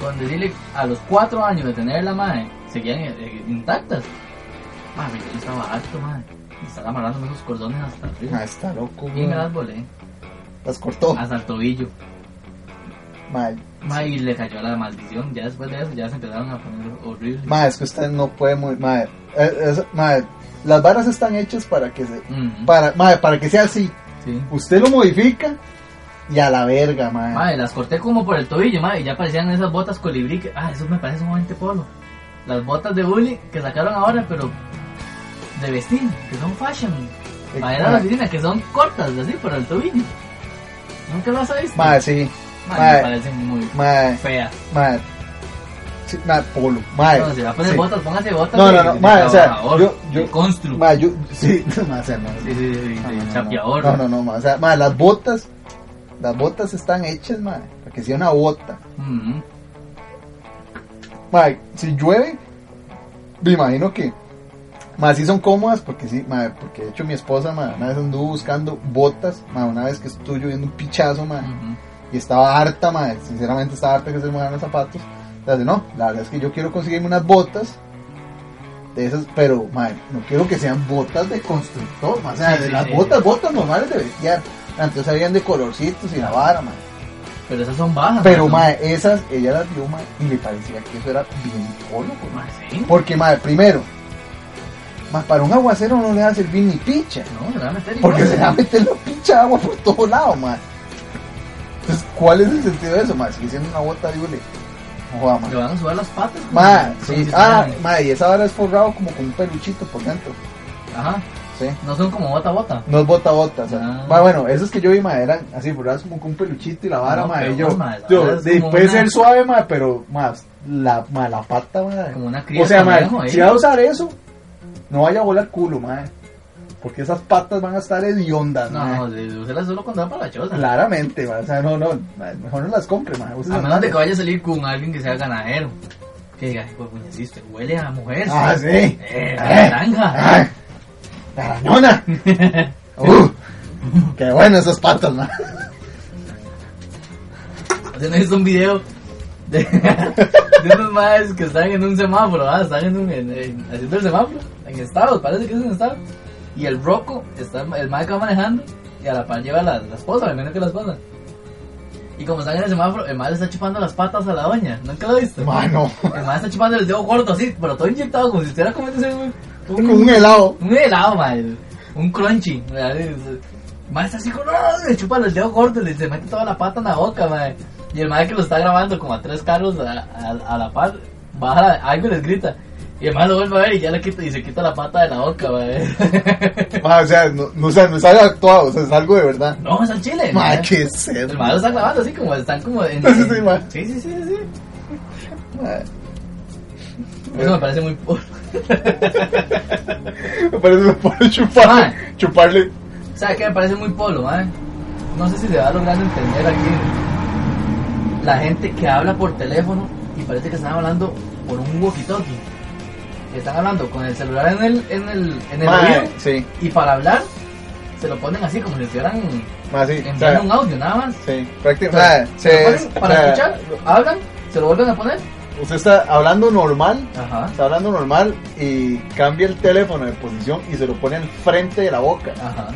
B: con decirle a los cuatro años de tener la mae, seguían eh, intactas. Mae, mi yo estaba harto, mae. Me estaba amarrándome esos cordones hasta arriba.
A: Ma, está loco,
B: Y me
A: ma.
B: las volé,
A: Las cortó.
B: hasta el tobillo.
A: Ma,
B: Mae, y le cayó la maldición. Ya después de eso, ya se empezaron a poner horribles.
A: ma, es que usted no puede. mu- Ma, eh, es- ma, las varas están hechas para que se.
B: Ujú,
A: Para, ma, para que sea así.
B: sí.
A: Usted lo modifica y a la verga, ma.
B: Mae, las corté como por el tobillo, mae, y ya parecían esas botas colibrí que, ah, eso me parece sumamente polo. Las botas de Bully que sacaron ahora, pero de vestir, que son fashion.
A: Eh,
B: Para ir a la oficina, que son cortas, así, por el tobillo. Nunca las has visto.
A: Ma, sí.
B: Mae,
A: mae.
B: me parecen muy
A: Ma,
B: feas.
A: ma. Sí, ma, polo. Ma.
B: No, si va a poner
A: sí.
B: botas, póngase botas.
A: No,
B: de-
A: no, no,
B: de
A: mae, o sea,
B: trabajador,
A: yo- yo-
B: de constru.
A: Ma, yo. Sí, ma, o sea, no.
B: Sí, sí, sí, de
A: Ah, No, no, no,
B: chapeador.
A: No, no, no, ma, o sea, ma, las botas, las botas están hechas, ma, para que sea una bota.
B: Ujú.
A: Ma, si llueve, me imagino que, ma, sí son cómodas, porque sí, ma, porque de hecho mi esposa, ma, una vez anduvo buscando botas, ma, una vez que estuvo lloviendo un pichazo, ma,
B: Ujú.
A: y estaba harta, ma, sinceramente estaba harta que se le muevan los zapatos. Entonces, no, la verdad es que yo quiero conseguirme unas botas de esas, pero, ma, no quiero que sean botas de constructor, ma, o sea,
B: Sí,
A: de
B: sí,
A: las
B: sí.
A: botas, botas normales de vestir. Antes habían de colorcitos y la vara, ma.
B: Pero esas son bajas.
A: Pero,
B: ¿no?
A: ma, esas, ella las vio, ma, y le parecía que eso era bien polo, pues, ma.
B: Mae, sí.
A: Porque, ma, primero, ma, para un aguacero no le va a servir ni picha.
B: No, se este la van a meter
A: Porque
B: igual.
A: se va a meter la pincha agua por todos lados, man. Entonces, Pues, ¿cuál es el sentido de eso, man? Sigue siendo una bota de hule. No joda,
B: Le
A: man.
B: van a subir las patas. como-
A: Man,
B: como
A: sí.
B: si
A: Ah,
B: fueran-
A: man, y esa vara es forrado como con un peluchito por dentro.
B: Ajá.
A: Sí.
B: No son como bota a bota.
A: No es bota a bota, o sea.
B: Ah.
A: Ma, bueno, esos que yo vi, man, eran así forrados como con un peluchito y la vara,
B: No,
A: man.
B: pero,
A: y yo,
B: ma, la
A: yo,
B: vara es
A: de-
B: como
A: puede
B: una-
A: ser suave, man, pero, más la, ma, la pata, man.
B: Como una cría
A: O sea,
B: de
A: man,
B: conejo, ¿eh?
A: si va a usar eso, no vaya a volar culo, man. Porque esas patas van a estar hediondas,
B: No,
A: man.
B: no, de- úsela solo cuando va para la choza.
A: Claramente, ma, o sea, no, no, ma, mejor no las compre, ma, usa
B: A
A: esas
B: menos de
A: madres.
B: que vaya a salir con alguien que sea ganadero. Que diga, pues puñeciste, huele a mujer.
A: Ah, sí.
B: Eh, a
A: Ah,
B: naranja.
A: ah, la arañona. Uh, qué bueno esas patas, ma.
B: O sea, no es un video de, de unos madres que están en un semáforo, ¿ah? Están en un, en- en- haciendo el semáforo, en estados, parece que es en estados. Y el roco, está, el madre que va manejando, y a la par lleva la, la esposa, al menos que la esposa. Y como están en el semáforo, el madre le está chupando las patas a la doña, ¿nunca lo viste?
A: Mano,
B: El madre está chupando el dedo corto así, pero todo inyectado, como si estuviera comiéndose un,
A: con un helado.
B: un helado, madre. Un crunchy. madre. Madre está así con... ¡ah! Le chupa el dedo corto, le se mete toda la pata en la boca, madre. Y el madre que lo está grabando como a tres carros a, a- a la par, baja la- algo y les grita. Y el madre lo vuelve a ver y ya le quita, y se quita la pata de la boca, madre.
A: Ma, o sea, no, no, o sea, no es algo actuado, o sea, es algo de verdad.
B: no, es al chile.
A: Ma,
B: madre.
A: qué sed,
B: El
A: ma.
B: madre lo está grabando así como están como en...
A: Sí, sí, madre.
B: sí, sí, sí, sí.
A: Ma,
B: Eso me parece muy... o
A: Me parece que puedo chuparle,
B: Ma.
A: chuparle.
B: sea, que me parece muy polo, madre. No sé si se va a lograr entender aquí... la gente que habla por teléfono y parece que están hablando por un walkie-talkie. Están hablando con el celular en el, en el, en el
A: Ma,
B: oído
A: sí,
B: y para hablar se lo ponen así como si estuvieran
A: ma, sí, o sea,
B: enviando un audio nada más.
A: sí,
B: O sea,
A: prácticamente. ma,
B: se lo
A: sí,
B: ponen
A: o
B: para
A: sea,
B: escuchar, lo hablan, se lo vuelven a poner.
A: Usted está hablando normal,
B: Ajá,
A: está hablando normal y cambia el teléfono de posición y se lo pone al frente de la boca.
B: ajá.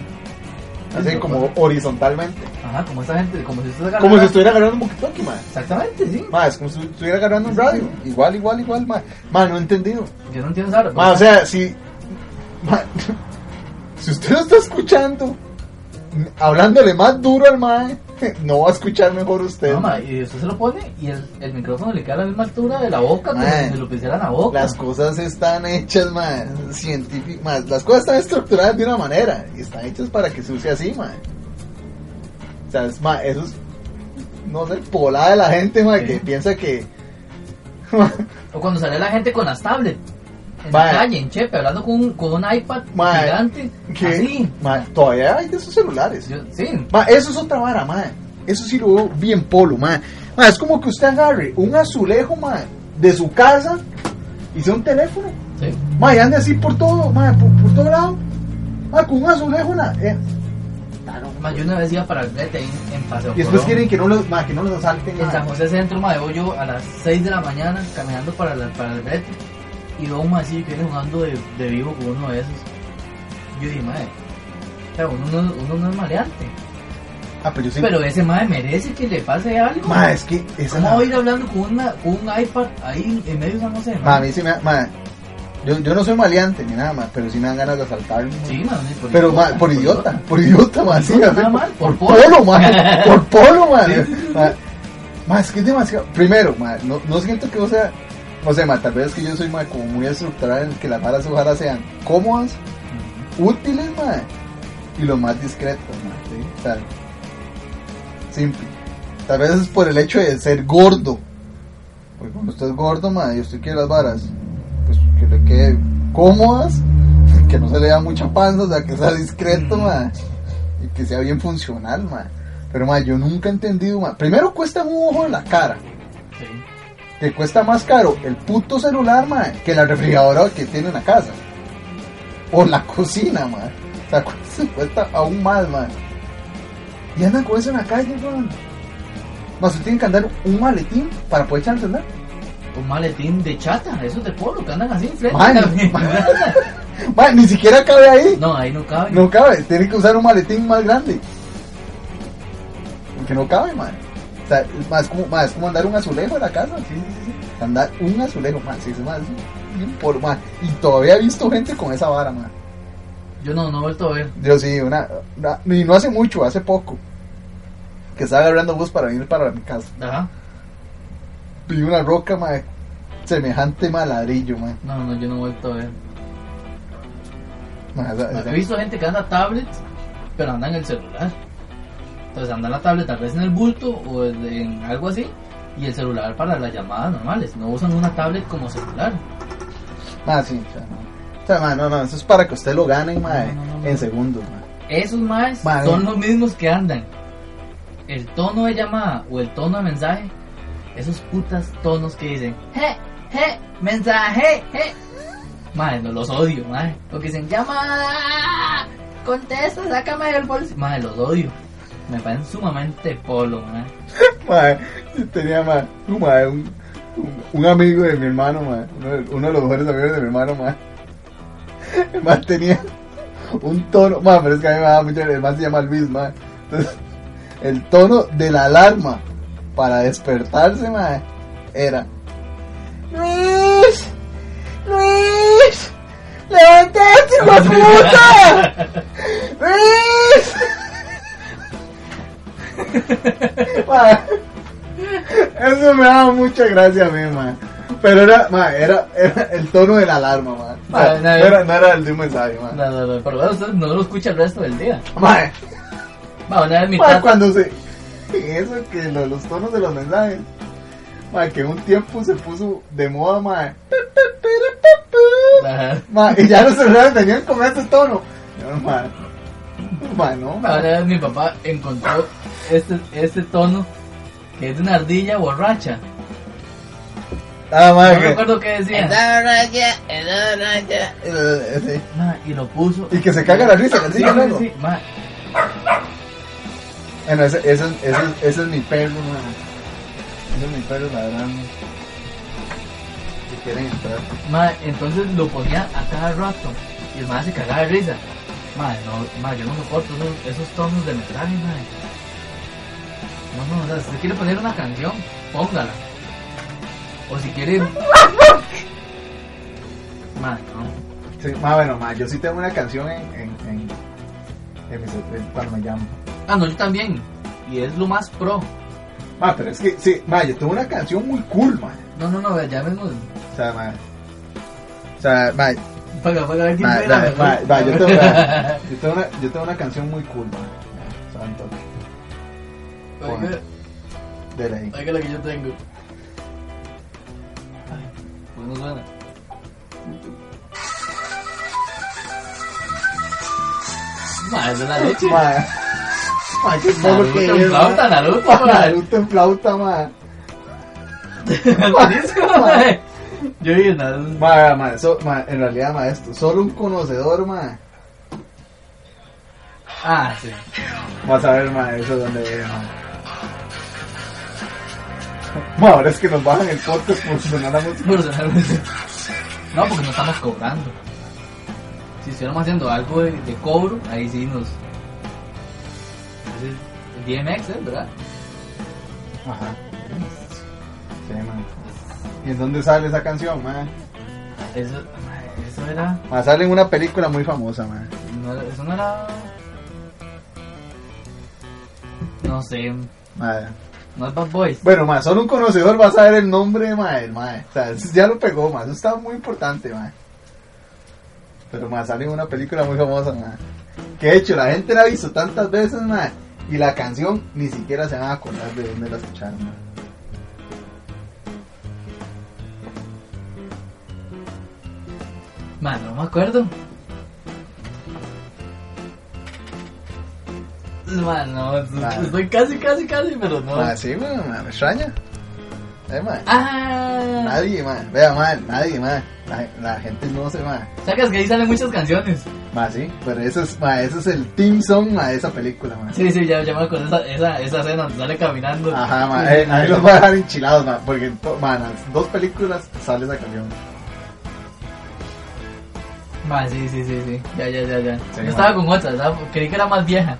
A: Así como horizontalmente.
B: Ajá, como esa gente, como si usted
A: Como si
B: agarrara-
A: estuviera agarrando un walkie-talkie, ma.
B: Exactamente, sí.
A: Ma, es como si estuviera agarrando un radio. Igual, igual, igual, ma. Ma, no he entendido.
B: Yo no entiendo esa
A: Ma, o sea, si... ma, si usted lo está escuchando, hablándole más duro al ma, no va a escuchar mejor usted.
B: No, ma, y usted se lo pone y el, el micrófono le queda a la misma altura de la boca, como
A: Ma.
B: si se lo pusieran a boca.
A: Las cosas están hechas, ma, científic- ma, las cosas están estructuradas de una manera y están hechas para que se use así, ma. O sea, es, ma, eso es, no sé, polada de la gente, ma,
B: Sí.
A: que piensa que...
B: O cuando sale la gente con las tablets. En
A: Mae.
B: la calle, en Chepe, hablando con un, con un iPad
A: Mae.
B: gigante.
A: que,
B: Así.
A: ma, todavía hay de esos celulares.
B: Yo- sí.
A: Ma, eso es otra vara, ma. eso sí lo veo bien polo, ma. Ma, es como que usted agarre un azulejo, ma, de su casa y sea un teléfono.
B: Sí.
A: Ma, y ande así por todo, ma, por, por todo lado. Ma, con un azulejo, na, eh. Claro.
B: Ma, yo una vez iba para el brete ahí en Paseo
A: Y después
B: Colón.
A: quieren que no los, ma, que no los asalten,
B: En
A: ma.
B: San José Centro, ma, voy yo a las 6 de la mañana caminando para, la- para el brete y veo un masillo que viene jugando de, de vivo con uno de esos. Yo dije, madre, uno, no, uno no es maleante,
A: Ah, pero yo sí.
B: pero ese madre merece que le pase algo.
A: Ma, es que esa
B: ¿Cómo
A: la-
B: va a ir hablando con, una, con un iPad ahí en medio de San José?
A: Ma, a mí sí me da- ma, yo, yo no soy maleante ni nada, ma, pero sí me dan ganas de asaltarme. ma.
B: Sí, ma, por
A: Pero
B: idiota,
A: ma, por idiota, por idiota, ma, sí,
B: idiota,
A: así,
B: nada
A: por-
B: más,
A: por,
B: por polo.
A: polo, ma, por polo, ma, ma, ma, es que es demasiado. Primero, ma, no, no siento que, o sea, no sé, ma, tal vez es que yo soy ma, como muy estructural en que las balas ojalá sean cómodas, útiles, ma, y lo más discreto, ma, sí, o sea, simple. Tal vez es por el hecho de ser gordo, porque cuando usted es gordo, ma, y usted quiere las varas, pues que le quede cómodas, que no se le da mucha panza, o sea, que sea discreto,
B: Mm.
A: ma, y que sea bien funcional, ma. Pero, ma, yo nunca he entendido, ma. Primero cuesta un ojo en la cara,
B: Sí.
A: que cuesta más caro el puto celular, ma, que la refrigeradora que tiene en la casa. O la cocina, ma. O sea, cu- cuesta aún más, ma. Y andan con eso en la calle, weón. Más, usted tiene que andar un maletín para poder echar el celular.
B: Un maletín de chata, esos de polo que andan así enfrente.
A: Man,
B: Eh, también.
A: Ma, ni siquiera cabe ahí.
B: No, ahí no cabe.
A: No cabe, tiene que usar un maletín más grande. Porque no cabe, man. O sea, es más como, más como andar un azulejo en la casa.
B: Sí, sí, sí.
A: Andar un azulejo, man. Sí, es más. bien por, man. Y todavía he visto gente con esa vara, man.
B: Yo no, no he vuelto a ver.
A: Yo sí, una, una- Y no hace mucho, hace poco. Que estaba agarrando bus para venir para mi casa.
B: Ajá.
A: Vi una roca, man. Semejante mal ladrillo, man.
B: No, no, yo no he vuelto a ver.
A: Man, esa-
B: He
A: esa-
B: visto gente que anda tablet, pero anda en el celular. Entonces anda la tablet tal vez en el bulto o en algo así, y el celular para las llamadas normales. No usan una tablet como celular.
A: man, Ah, sí, o sea, no. O sea, man, no, no, eso es para que usted lo gane, man,
B: No, no, no,
A: en
B: no.
A: segundos, man.
B: Esos maes
A: Vale.
B: son los mismos que andan. El tono de llamada o el tono de mensaje, esos putas tonos que dicen, je, je, mensaje, je. Madre, no los odio, madre. Porque dicen, llamada, contesta, sácame del bolsillo. Madre, los odio. Me parecen sumamente polo, madre.
A: Mae, yo tenía mae, un, mae, un, un- un amigo de mi hermano, mae, uno, de, uno de los mejores amigos de mi hermano, mae. El mae tenía un tono, mae, pero es que a mí me daba mucha, el mae se llama Luis, mae. Entonces, el tono de la alarma para despertarse, mae, era Luis, Luis, levantate, hijo de puta, Luis. Ma, Eso me daba mucha gracia a mí, ma. Pero era, ma, era, era el tono de la alarma, ma. O sea,
B: Ma,
A: no,
B: no,
A: era, no era el de un mensaje, ma.
B: No, no, no, por lo menos usted no lo escucha el resto del día.
A: Ma,
B: Va, una vez mi
A: ma,
B: tata-
A: cuando se... Eso que lo- los tonos de los mensajes. Ma, que un tiempo se puso de moda, ma.
B: Ajá.
A: Ma, y ya los celulares venían con ese tono. No, ma. Ma, no, ma.
B: Ahora mi papá encontró este, este tono que es de una ardilla borracha.
A: Ah, ma,
B: No
A: que-
B: recuerdo qué decía.
A: eh, sí.
B: Ma, y lo puso.
A: Y que se caga la risa, que
B: Sí,
A: sigue
B: sí,
A: luego.
B: sí, ma.
A: Bueno, ese, ese, ese, ese es mi perro, mano. Ese es mi perro ladrando. Si quieren entrar.
B: Ma, entonces lo ponía a cada rato. Y el ma se cagaba de risa. Ma, no, ma, yo no soporto esos, esos tonos de mensaje, ma. No, no, o sea, si usted quiere poner una canción, póngala. O si quiere. Ma, no.
A: Sí, más bueno, más yo sí tengo una canción en, en, en, en mi set- en- cuando me llamo.
B: Ah, no, yo también. Y es lo más pro.
A: Ma, pero es que, sí, ma, yo tengo una canción muy cool, ma.
B: No, no, no, ya vemos.
A: O sea, ma. O sea, ma,
B: Paga, paga, a ver quién
A: ma,
B: fue la
A: ma,
B: mejor.
A: ma, ma, yo tengo, ma, yo tengo una, yo tengo una canción muy cool, ma. Ma, Santo,
B: Oiga,
A: de ley.
B: oiga la que yo tengo. Ay, pues no suena. Ma, esa es la leche.
A: Ma, Mae, qué solo que
B: Naruto
A: es.
B: en
A: mae.
B: flauta, Naruto,
A: Ah,
B: mae.
A: Naruto en flauta, mae.
B: Altísimo, mae. Yo dije Naruto.
A: Mae, mae, so- mae, en realidad, mae, esto. Solo un conocedor, mae.
B: Ah, sí.
A: Vas a ver, mae, eso es donde viene, mae. Mae, ahora es que nos bajan el podcast por sonar la música.
B: Por sonar- No, porque no estamos cobrando. Si estuviéramos haciendo algo de, de cobro, ahí sí nos. Entonces, el DMX, ¿eh? ¿verdad?
A: Ajá. Sí, mae. ¿Y en dónde sale esa canción, mae?
B: Eso, mae, eso era.
A: Mae, sale en una película muy famosa, mae.
B: No era- eso no era. No sé,
A: Mae.
B: no es Bad Boys.
A: Bueno, mae, solo un conocedor va a saber el nombre, mae, del mae. O sea, eso ya lo pegó, mae. Eso está muy importante, mae. Pero, mae, sale en una película muy famosa, mae. Que de hecho, la gente la ha visto tantas veces, mae. Y la canción ni siquiera se van a acordar de dónde la escucharon, mae.
B: Man, no me acuerdo. Man, no, es-
A: Man.
B: estoy casi, casi, casi, pero no.
A: Mae, sí, mae, mae, me extraña. Eh, mae.
B: Ah,
A: Nadie, mae. Vea, mae, nadie, mae. La, la gente no se, mae.
B: sacas que ahí salen muchas canciones.
A: Mae, sí. Pero eso es, mae, eso es el team song, mae, de esa película, mae.
B: Sí, sí, ya, ya me acuerdo esa, esa, esa escena donde sale caminando.
A: Ajá, ma, eh, ahí los va a dejar enchilados, ma, porque en to- ma, en las dos películas sale esa canción.
B: Man, sí, sí, sí, sí. Ya, ya, ya, ya.
A: Sí,
B: Yo estaba
A: man.
B: con otra, estaba- creí que era más vieja.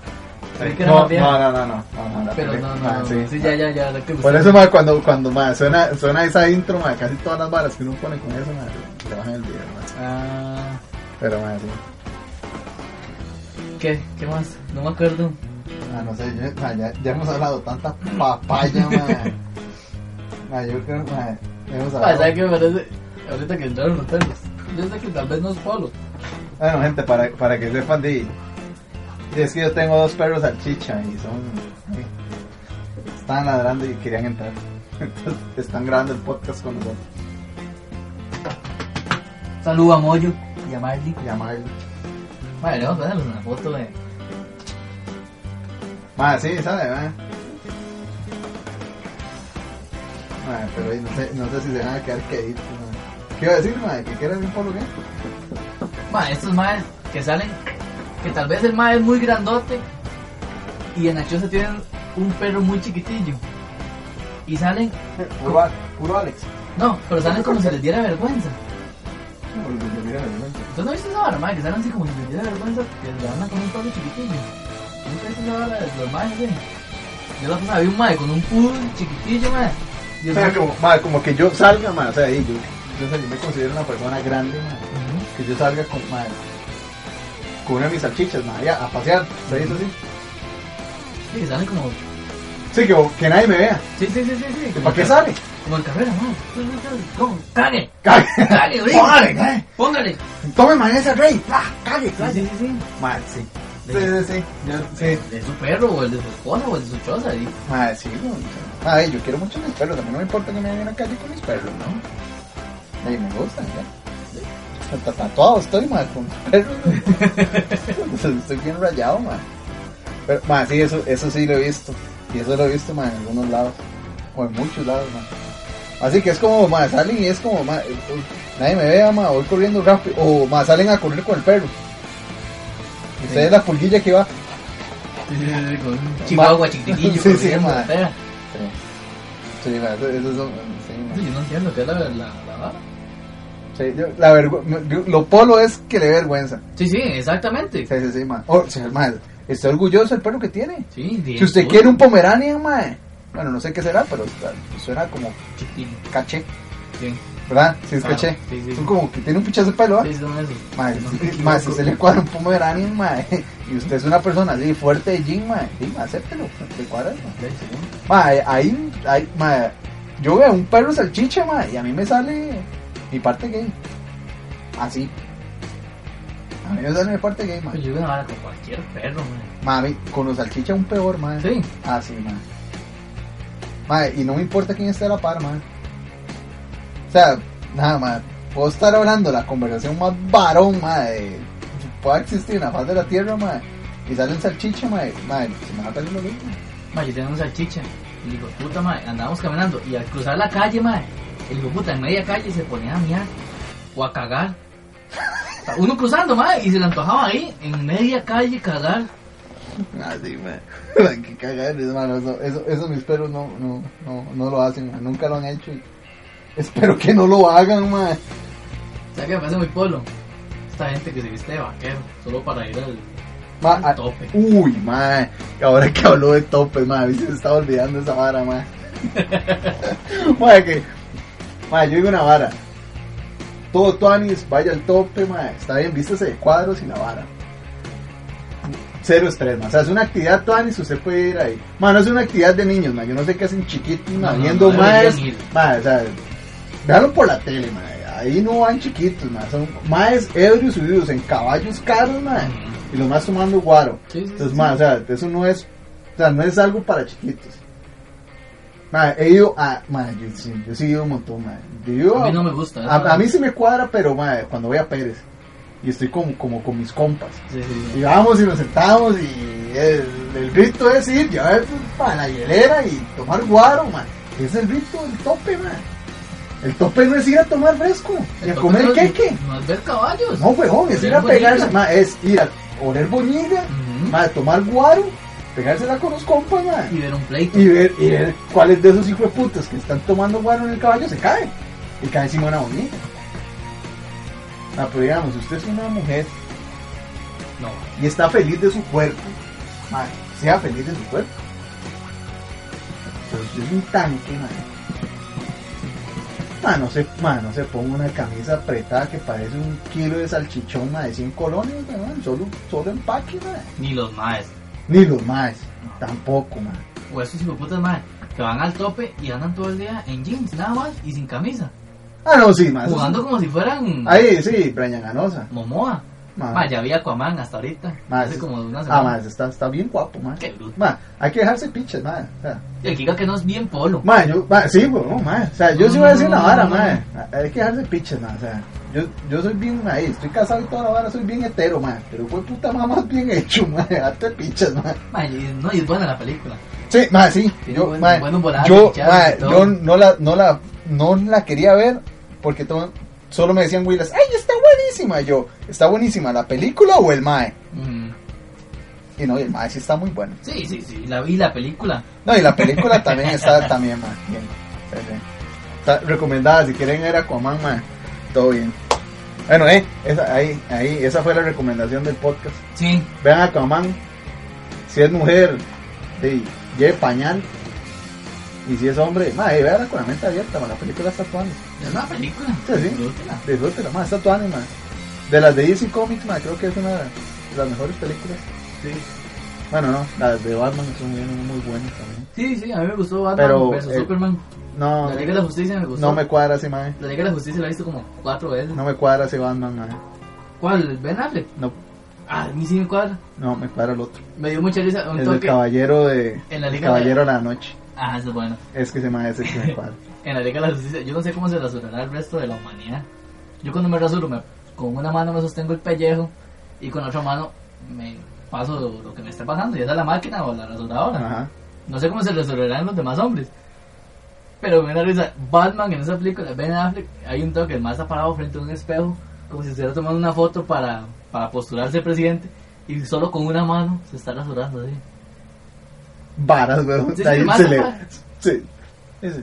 B: Creí que era
A: No,
B: más vieja.
A: no, no, no, no, no, no, la
B: pero
A: película-
B: no, no,
A: ma,
B: no,
A: sí,
B: sí, ya, ya, ya. la que
A: ma.
B: usted-
A: Por eso, ma, cuando, cuando ma, suena, suena esa intro, ma, casi todas las balas que uno pone con eso, ma, le bajan el video, ma.
B: Ah,
A: Pero, ma, sí.
B: ¿qué? ¿Qué más? No me acuerdo.
A: Ah, no sé, yo- ma, ya, ya hemos hablado tanta papaya, ma. Ma, yo creo, ma, hemos hablado...
B: Pasa que Ah, me parece. Ahorita que entraron ustedes. Yo sé que tal vez no es polo.
A: Bueno, gente, para, para que sepan de... de- Es que yo tengo dos perros salchicha y son... eh, Estaban ladrando y querían entrar. Entonces están grabando el podcast con nosotros.
B: Saludo a Moyo y a Marley.
A: Y a Marley.
B: Vale, vamos a ponerles una foto de.
A: Ma, sí, ¿sabe? Ma? Ma, pero ahí no sé, no sé si se van a quedar queditos. ma. ¿Qué iba a decir, ma? ¿Que quieres un polo qué?
B: Ma, estos maes que salen, que tal vez el mae es muy grandote y en la choza tienen un perro muy chiquitillo. Y salen,
A: Puro, Al- puro Alex.
B: no, pero salen como si les diera vergüenza.
A: No, porque lo mira, ¿no?
B: ¿Tú no viste esa vara, mae? Que salen así como si les diera vergüenza, que le andan con un perro chiquitillo. ¿Nunca viste esa vara de los maes, eh? Yo la pasaba, vi un mae con un poodle chiquitillo, mae. Y
A: O
B: el
A: sea,
B: mae-
A: como, ma, como que yo salga, ma, o sea, ahí yo, yo, sé, yo me considero una persona grande, ma.
B: Ujú.
A: que yo salga con, madre, con una de mis salchichas, madre, a pasear, ¿se dice así?
B: Sí, que salen como...
A: Sí, que, que nadie me vea.
B: Sí, sí, sí, sí, sí.
A: ¿Que ¿Para qué sale?
B: Como en carrera, mae. ¿Cómo? ¡Cague!
A: ¡Cague!
B: ¡Cague, güey!
A: ¡Póngale, eh!
B: ¡Póngale!
A: ¡Tome mayonesa, rey! ¡Ah, ¡Cague,
B: Sí,
A: cague!
B: sí, sí, sí.
A: Madre, sí. Sí, sí, sí. Yo, sí.
B: De su perro, o el de su esposa, o el de su choza, y-
A: Madre, Ah, sí. no, o sea, Ay, yo quiero mucho mis perros. A mí no me importa que me vean a la calle con mis perros, ¿no? Ay, me gustan, ¿ya? Hasta tatuado estoy, madre, con mis perros. ¿no? estoy bien rayado, madre. Pero, madre, sí, eso, eso sí lo he visto. Y eso lo he visto, madre, en algunos lados. O en muchos lados, madre. Así que es como, madre, salen y es como, madre, uy, nadie me vea, madre, voy corriendo rápido. O, madre, salen a correr con el perro. Y se
B: Sí.
A: ve la pulguilla que va.
B: Sí, sí, sí, con un chihuahua
A: Ma-
B: chiquitillo.
A: Sí, sí,
B: corriendo,
A: ma.
B: pega.
A: Sí, sí ma, eso, eso es un- sí, ma.
B: Sí, Yo no entiendo qué es la la- la vara.
A: Sí, yo- la vergü- me- yo- lo polo es que le dé vergüenza.
B: Sí, sí, exactamente.
A: Sí, sí, sí, ma. Oh, sí, ma, está orgulloso el perro que tiene.
B: Sí,
A: Si usted quiere un pomerania, ma, bueno, no sé qué será, pero está- suena como
B: chiquitillo.
A: caché,
B: Sí,
A: ¿verdad? Sí, es
B: Claro,
A: caché.
B: Ah, sí, sí.
A: Son como que tiene un pichazo de pelo, ¿ah?
B: sí, son esos.
A: Ma,
B: No
A: si-
B: me
A: ma, si
B: equivoco.
A: se le cuadra un pomerania, ma, y usted es una persona así fuerte de gym, ma, sí, ma, acéptelo, le cuadra, ma.
B: Sí, sí.
A: Ma, ahí, ahí, ma, yo veo un perro salchicha, ma, y a mí me sale mi parte gay. Así. A mí me sale mi parte gay, ma.
B: Pues yo voy a vara con cualquier perro, man.
A: Mami, con los salchicha un peor, ma.
B: Sí.
A: Así, ma. Ma, y no me importa quién esté a la par, ma. O sea, nada, ma. Puedo estar hablando la conversación más varón, ma, de- que pueda existir en la faz de la tierra, ma. Y sale un salchicha, madre. Madre, se me va a salir lo mismo.
B: Ma, yo tenía una salchicha. Y dijo, puta madre, andábamos caminando. Y al cruzar la calle, madre, el hijo puta en media calle se ponía a miar o a cagar. O sea, Uno cruzando, madre, y se le antojaba ahí, en media calle, cagar.
A: Ah, sí, madre. Ay, Qué cagar, hermano. Eso, eso, eso mis perros no, no, no, no lo hacen, madre. Nunca lo han hecho. Y espero que no lo hagan, madre.
B: ¿Sabes qué me parece muy polo? Esta gente que se viste de vaquero, solo para ir al.
A: Ma-
B: Un
A: ah,
B: tope.
A: Uy, madre. Ahora que habló de topes, madre. a mí Se me estaba olvidando esa vara, madre. madre, que. Madre, yo digo una vara. Todo Tuanis, vaya al tope, madre. Está bien, vístase de cuadros y la vara. Cero estrés, madre. O sea, es una actividad Tuanis, usted puede ir ahí. Madre, no es una actividad de niños, madre. Yo no sé qué hacen chiquitos,
B: No,
A: madre.
B: no,
A: viendo
B: no
A: madres.
B: deberían ir.
A: Madre, o sea, véanlo por la tele, madre. Ahí no van chiquitos, madre. Son madres ebrios subidos en caballos caros, madre.
B: Ujú.
A: Y los más tomando guaro.
B: Sí, sí,
A: Entonces,
B: sí.
A: madre, o sea, eso no es, o sea, no es algo para chiquitos. Madre, he ido a, madre, yo, sí, yo sí he ido un montón, madre. Yo he ido
B: A mí no me gusta,
A: a-
B: ¿verdad?
A: a mí sí me cuadra, pero, madre, cuando voy a Pérez. Y estoy como, como con mis compas.
B: Sí, sí,
A: Y
B: sí.
A: vamos y nos sentamos y el, el rito es ir, llevar para la hielera y tomar guaro, man. Es el rito, el tope, man. El tope no es ir a tomar fresco y a
B: Entonces,
A: comer
B: no-
A: queque.
B: No es ver caballos.
A: No, weón, es
B: Oler
A: ir a pegarse,
B: bonilla.
A: ma, es ir a oler boñiga,
B: Ujú.
A: ma, tomar guaro, pegársela con los compas, ma,
B: Y ver un pleito.
A: y ver, y ver cuáles de esos hijos putas que están tomando guaro en el caballo se caen y caen encima de una boñiga. Ah, pero digamos, si usted es una mujer
B: No.
A: y está feliz de su cuerpo, ma, sea feliz de su cuerpo. Pero usted es un tanque, man. no se, ma, no se ponga una camisa apretada que parece un kilo de salchichón, ma, de 100 colones, weón, solo, solo empaque, ma.
B: Ni los maes.
A: Ni los más, tampoco, ma.
B: O Pues esos hijoputas maes que van al tope y andan todo el día en jeans, nada más, y sin camisa.
A: Ah, no, sí, ma. eso
B: Jugando
A: sí.
B: como si fueran
A: Ahí, sí, Brian Ganosa.
B: Momoa.
A: Ma.
B: Ma, ya vi Aquaman hasta ahorita.
A: Ma,
B: hace
A: eso-
B: como una
A: Ah,
B: semana.
A: ma, está, está bien guapo, ma.
B: Qué bruto.
A: Ma, hay que dejarse pinches, ma. O sea,
B: Y el Kika que no es bien polo.
A: Ma, yo, ma, sí, weón, ma. O sea, yo sí voy a decir la
B: Mm.
A: vara, ma. Hay que dejarse piches, ma. O sea, yo, yo soy bien, ma, ahí, estoy casado y toda la vara, soy bien hetero, ma. Pero fue puta mamá bien hecho, ma. Date piches, ma.
B: Ma, y- no, y es buena la película.
A: Sí, ma, sí.
B: Tiene
A: Yo,
B: buen-
A: ma,
B: buenos volados,
A: yo,
B: pichadas
A: ma,
B: y
A: yo
B: todo.
A: no la, no la, no la quería ver porque to- solo me decían Willas, ay, está buenísima. Yo, ¿está buenísima la película o el mae?
B: Mm.
A: Y no, y el mae sí está muy bueno.
B: Sí, sí, sí. La vi la película.
A: No, y la película también está también, man. Bien. Sí, sí. Está recomendada, si quieren ver Aquaman, man. Todo bien. Bueno, eh, esa, ahí, ahí, esa fue la recomendación del podcast.
B: Sí.
A: Vean Aquaman. Si es mujer, sí, lleve pañal. Y si es hombre, ma, eh, véanla con la mente abierta, man. La película está tuanis.
B: Es una película.
A: Sí, sí.
B: Disfrútela.
A: Disfrútela, man. Está tuanis, man. De las de DC Comics, man, creo que es una de las mejores películas.
B: Sí.
A: Bueno, no, las de Batman son muy, muy buenas también.
B: sí, sí, a mí me gustó Batman
A: Pero,
B: versus
A: eh,
B: Superman.
A: No,
B: La Liga de la Justicia me gustó.
A: no me cuadra ese, man.
B: La Liga de la Justicia la he visto como cuatro veces.
A: No me cuadra ese Batman, mae.
B: ¿Cuál? ¿Ben Affleck?
A: No,
B: Ah, a mí sí me cuadra.
A: no, me cuadra el otro.
B: Me dio mucha risa un
A: El del
B: toque.
A: caballero de.
B: En la
A: el
B: liga
A: caballero de la noche.
B: Ah, eso es bueno.
A: Es que se me hace que me cuadra.
B: En la Liga de la Justicia, yo no sé cómo se rasurará el resto de la humanidad. Yo cuando me rasuro, me- con una mano me sostengo el pellejo y con la otra mano me paso lo, lo que me está pasando, ya sea la máquina o la rasuradora.
A: Ajá.
B: No sé cómo se rasurarán los demás hombres. Pero me da risa, Batman en esa película, Ben Affleck, hay un toque, el más está parado frente a un espejo, como si estuviera tomando una foto para, para postularse presidente, y solo con una mano se está rasurando así.
A: Varas, weón.
B: Sí, sí,
A: Ahí
B: más,
A: se le.
B: ajá.
A: Se, es-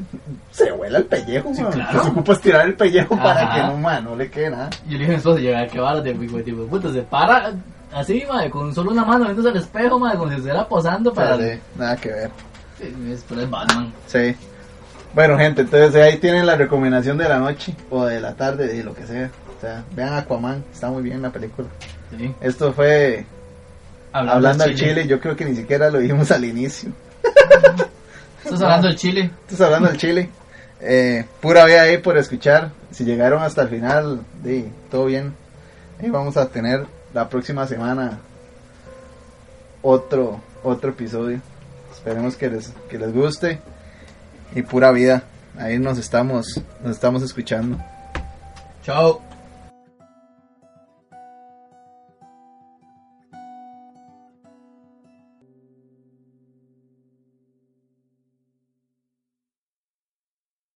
A: se vuela el pellejo,
B: Sí,
A: weón.
B: claro.
A: Se ocupa estirar el pellejo para
B: Ajá.
A: que no, man, no le quede nada.
B: Y yo le dije a mi esposa, llegar qué vara de pico tipo, puta, se para así, madre, con solo una mano viéndose al espejo, madre, como si estuviera posando para...
A: Pero sí, nada que ver.
B: Sí, es, pero es Batman.
A: Sí. Bueno, gente, entonces ahí tienen la recomendación de la noche o de la tarde, de lo que sea. O sea, vean Aquaman, está muy bien la película.
B: Sí.
A: Esto fue Hablando,
B: de
A: al Chile, yo creo que ni siquiera lo dijimos al inicio.
B: Estás hablando del Chile.
A: Estás hablando del Chile. Eh, pura vida ahí por escuchar. Si llegaron hasta el final, di, todo bien. Y vamos a tener la próxima semana otro otro episodio. Esperemos que les, que les guste. Y pura vida. Ahí nos estamos, nos estamos escuchando.
B: Chao.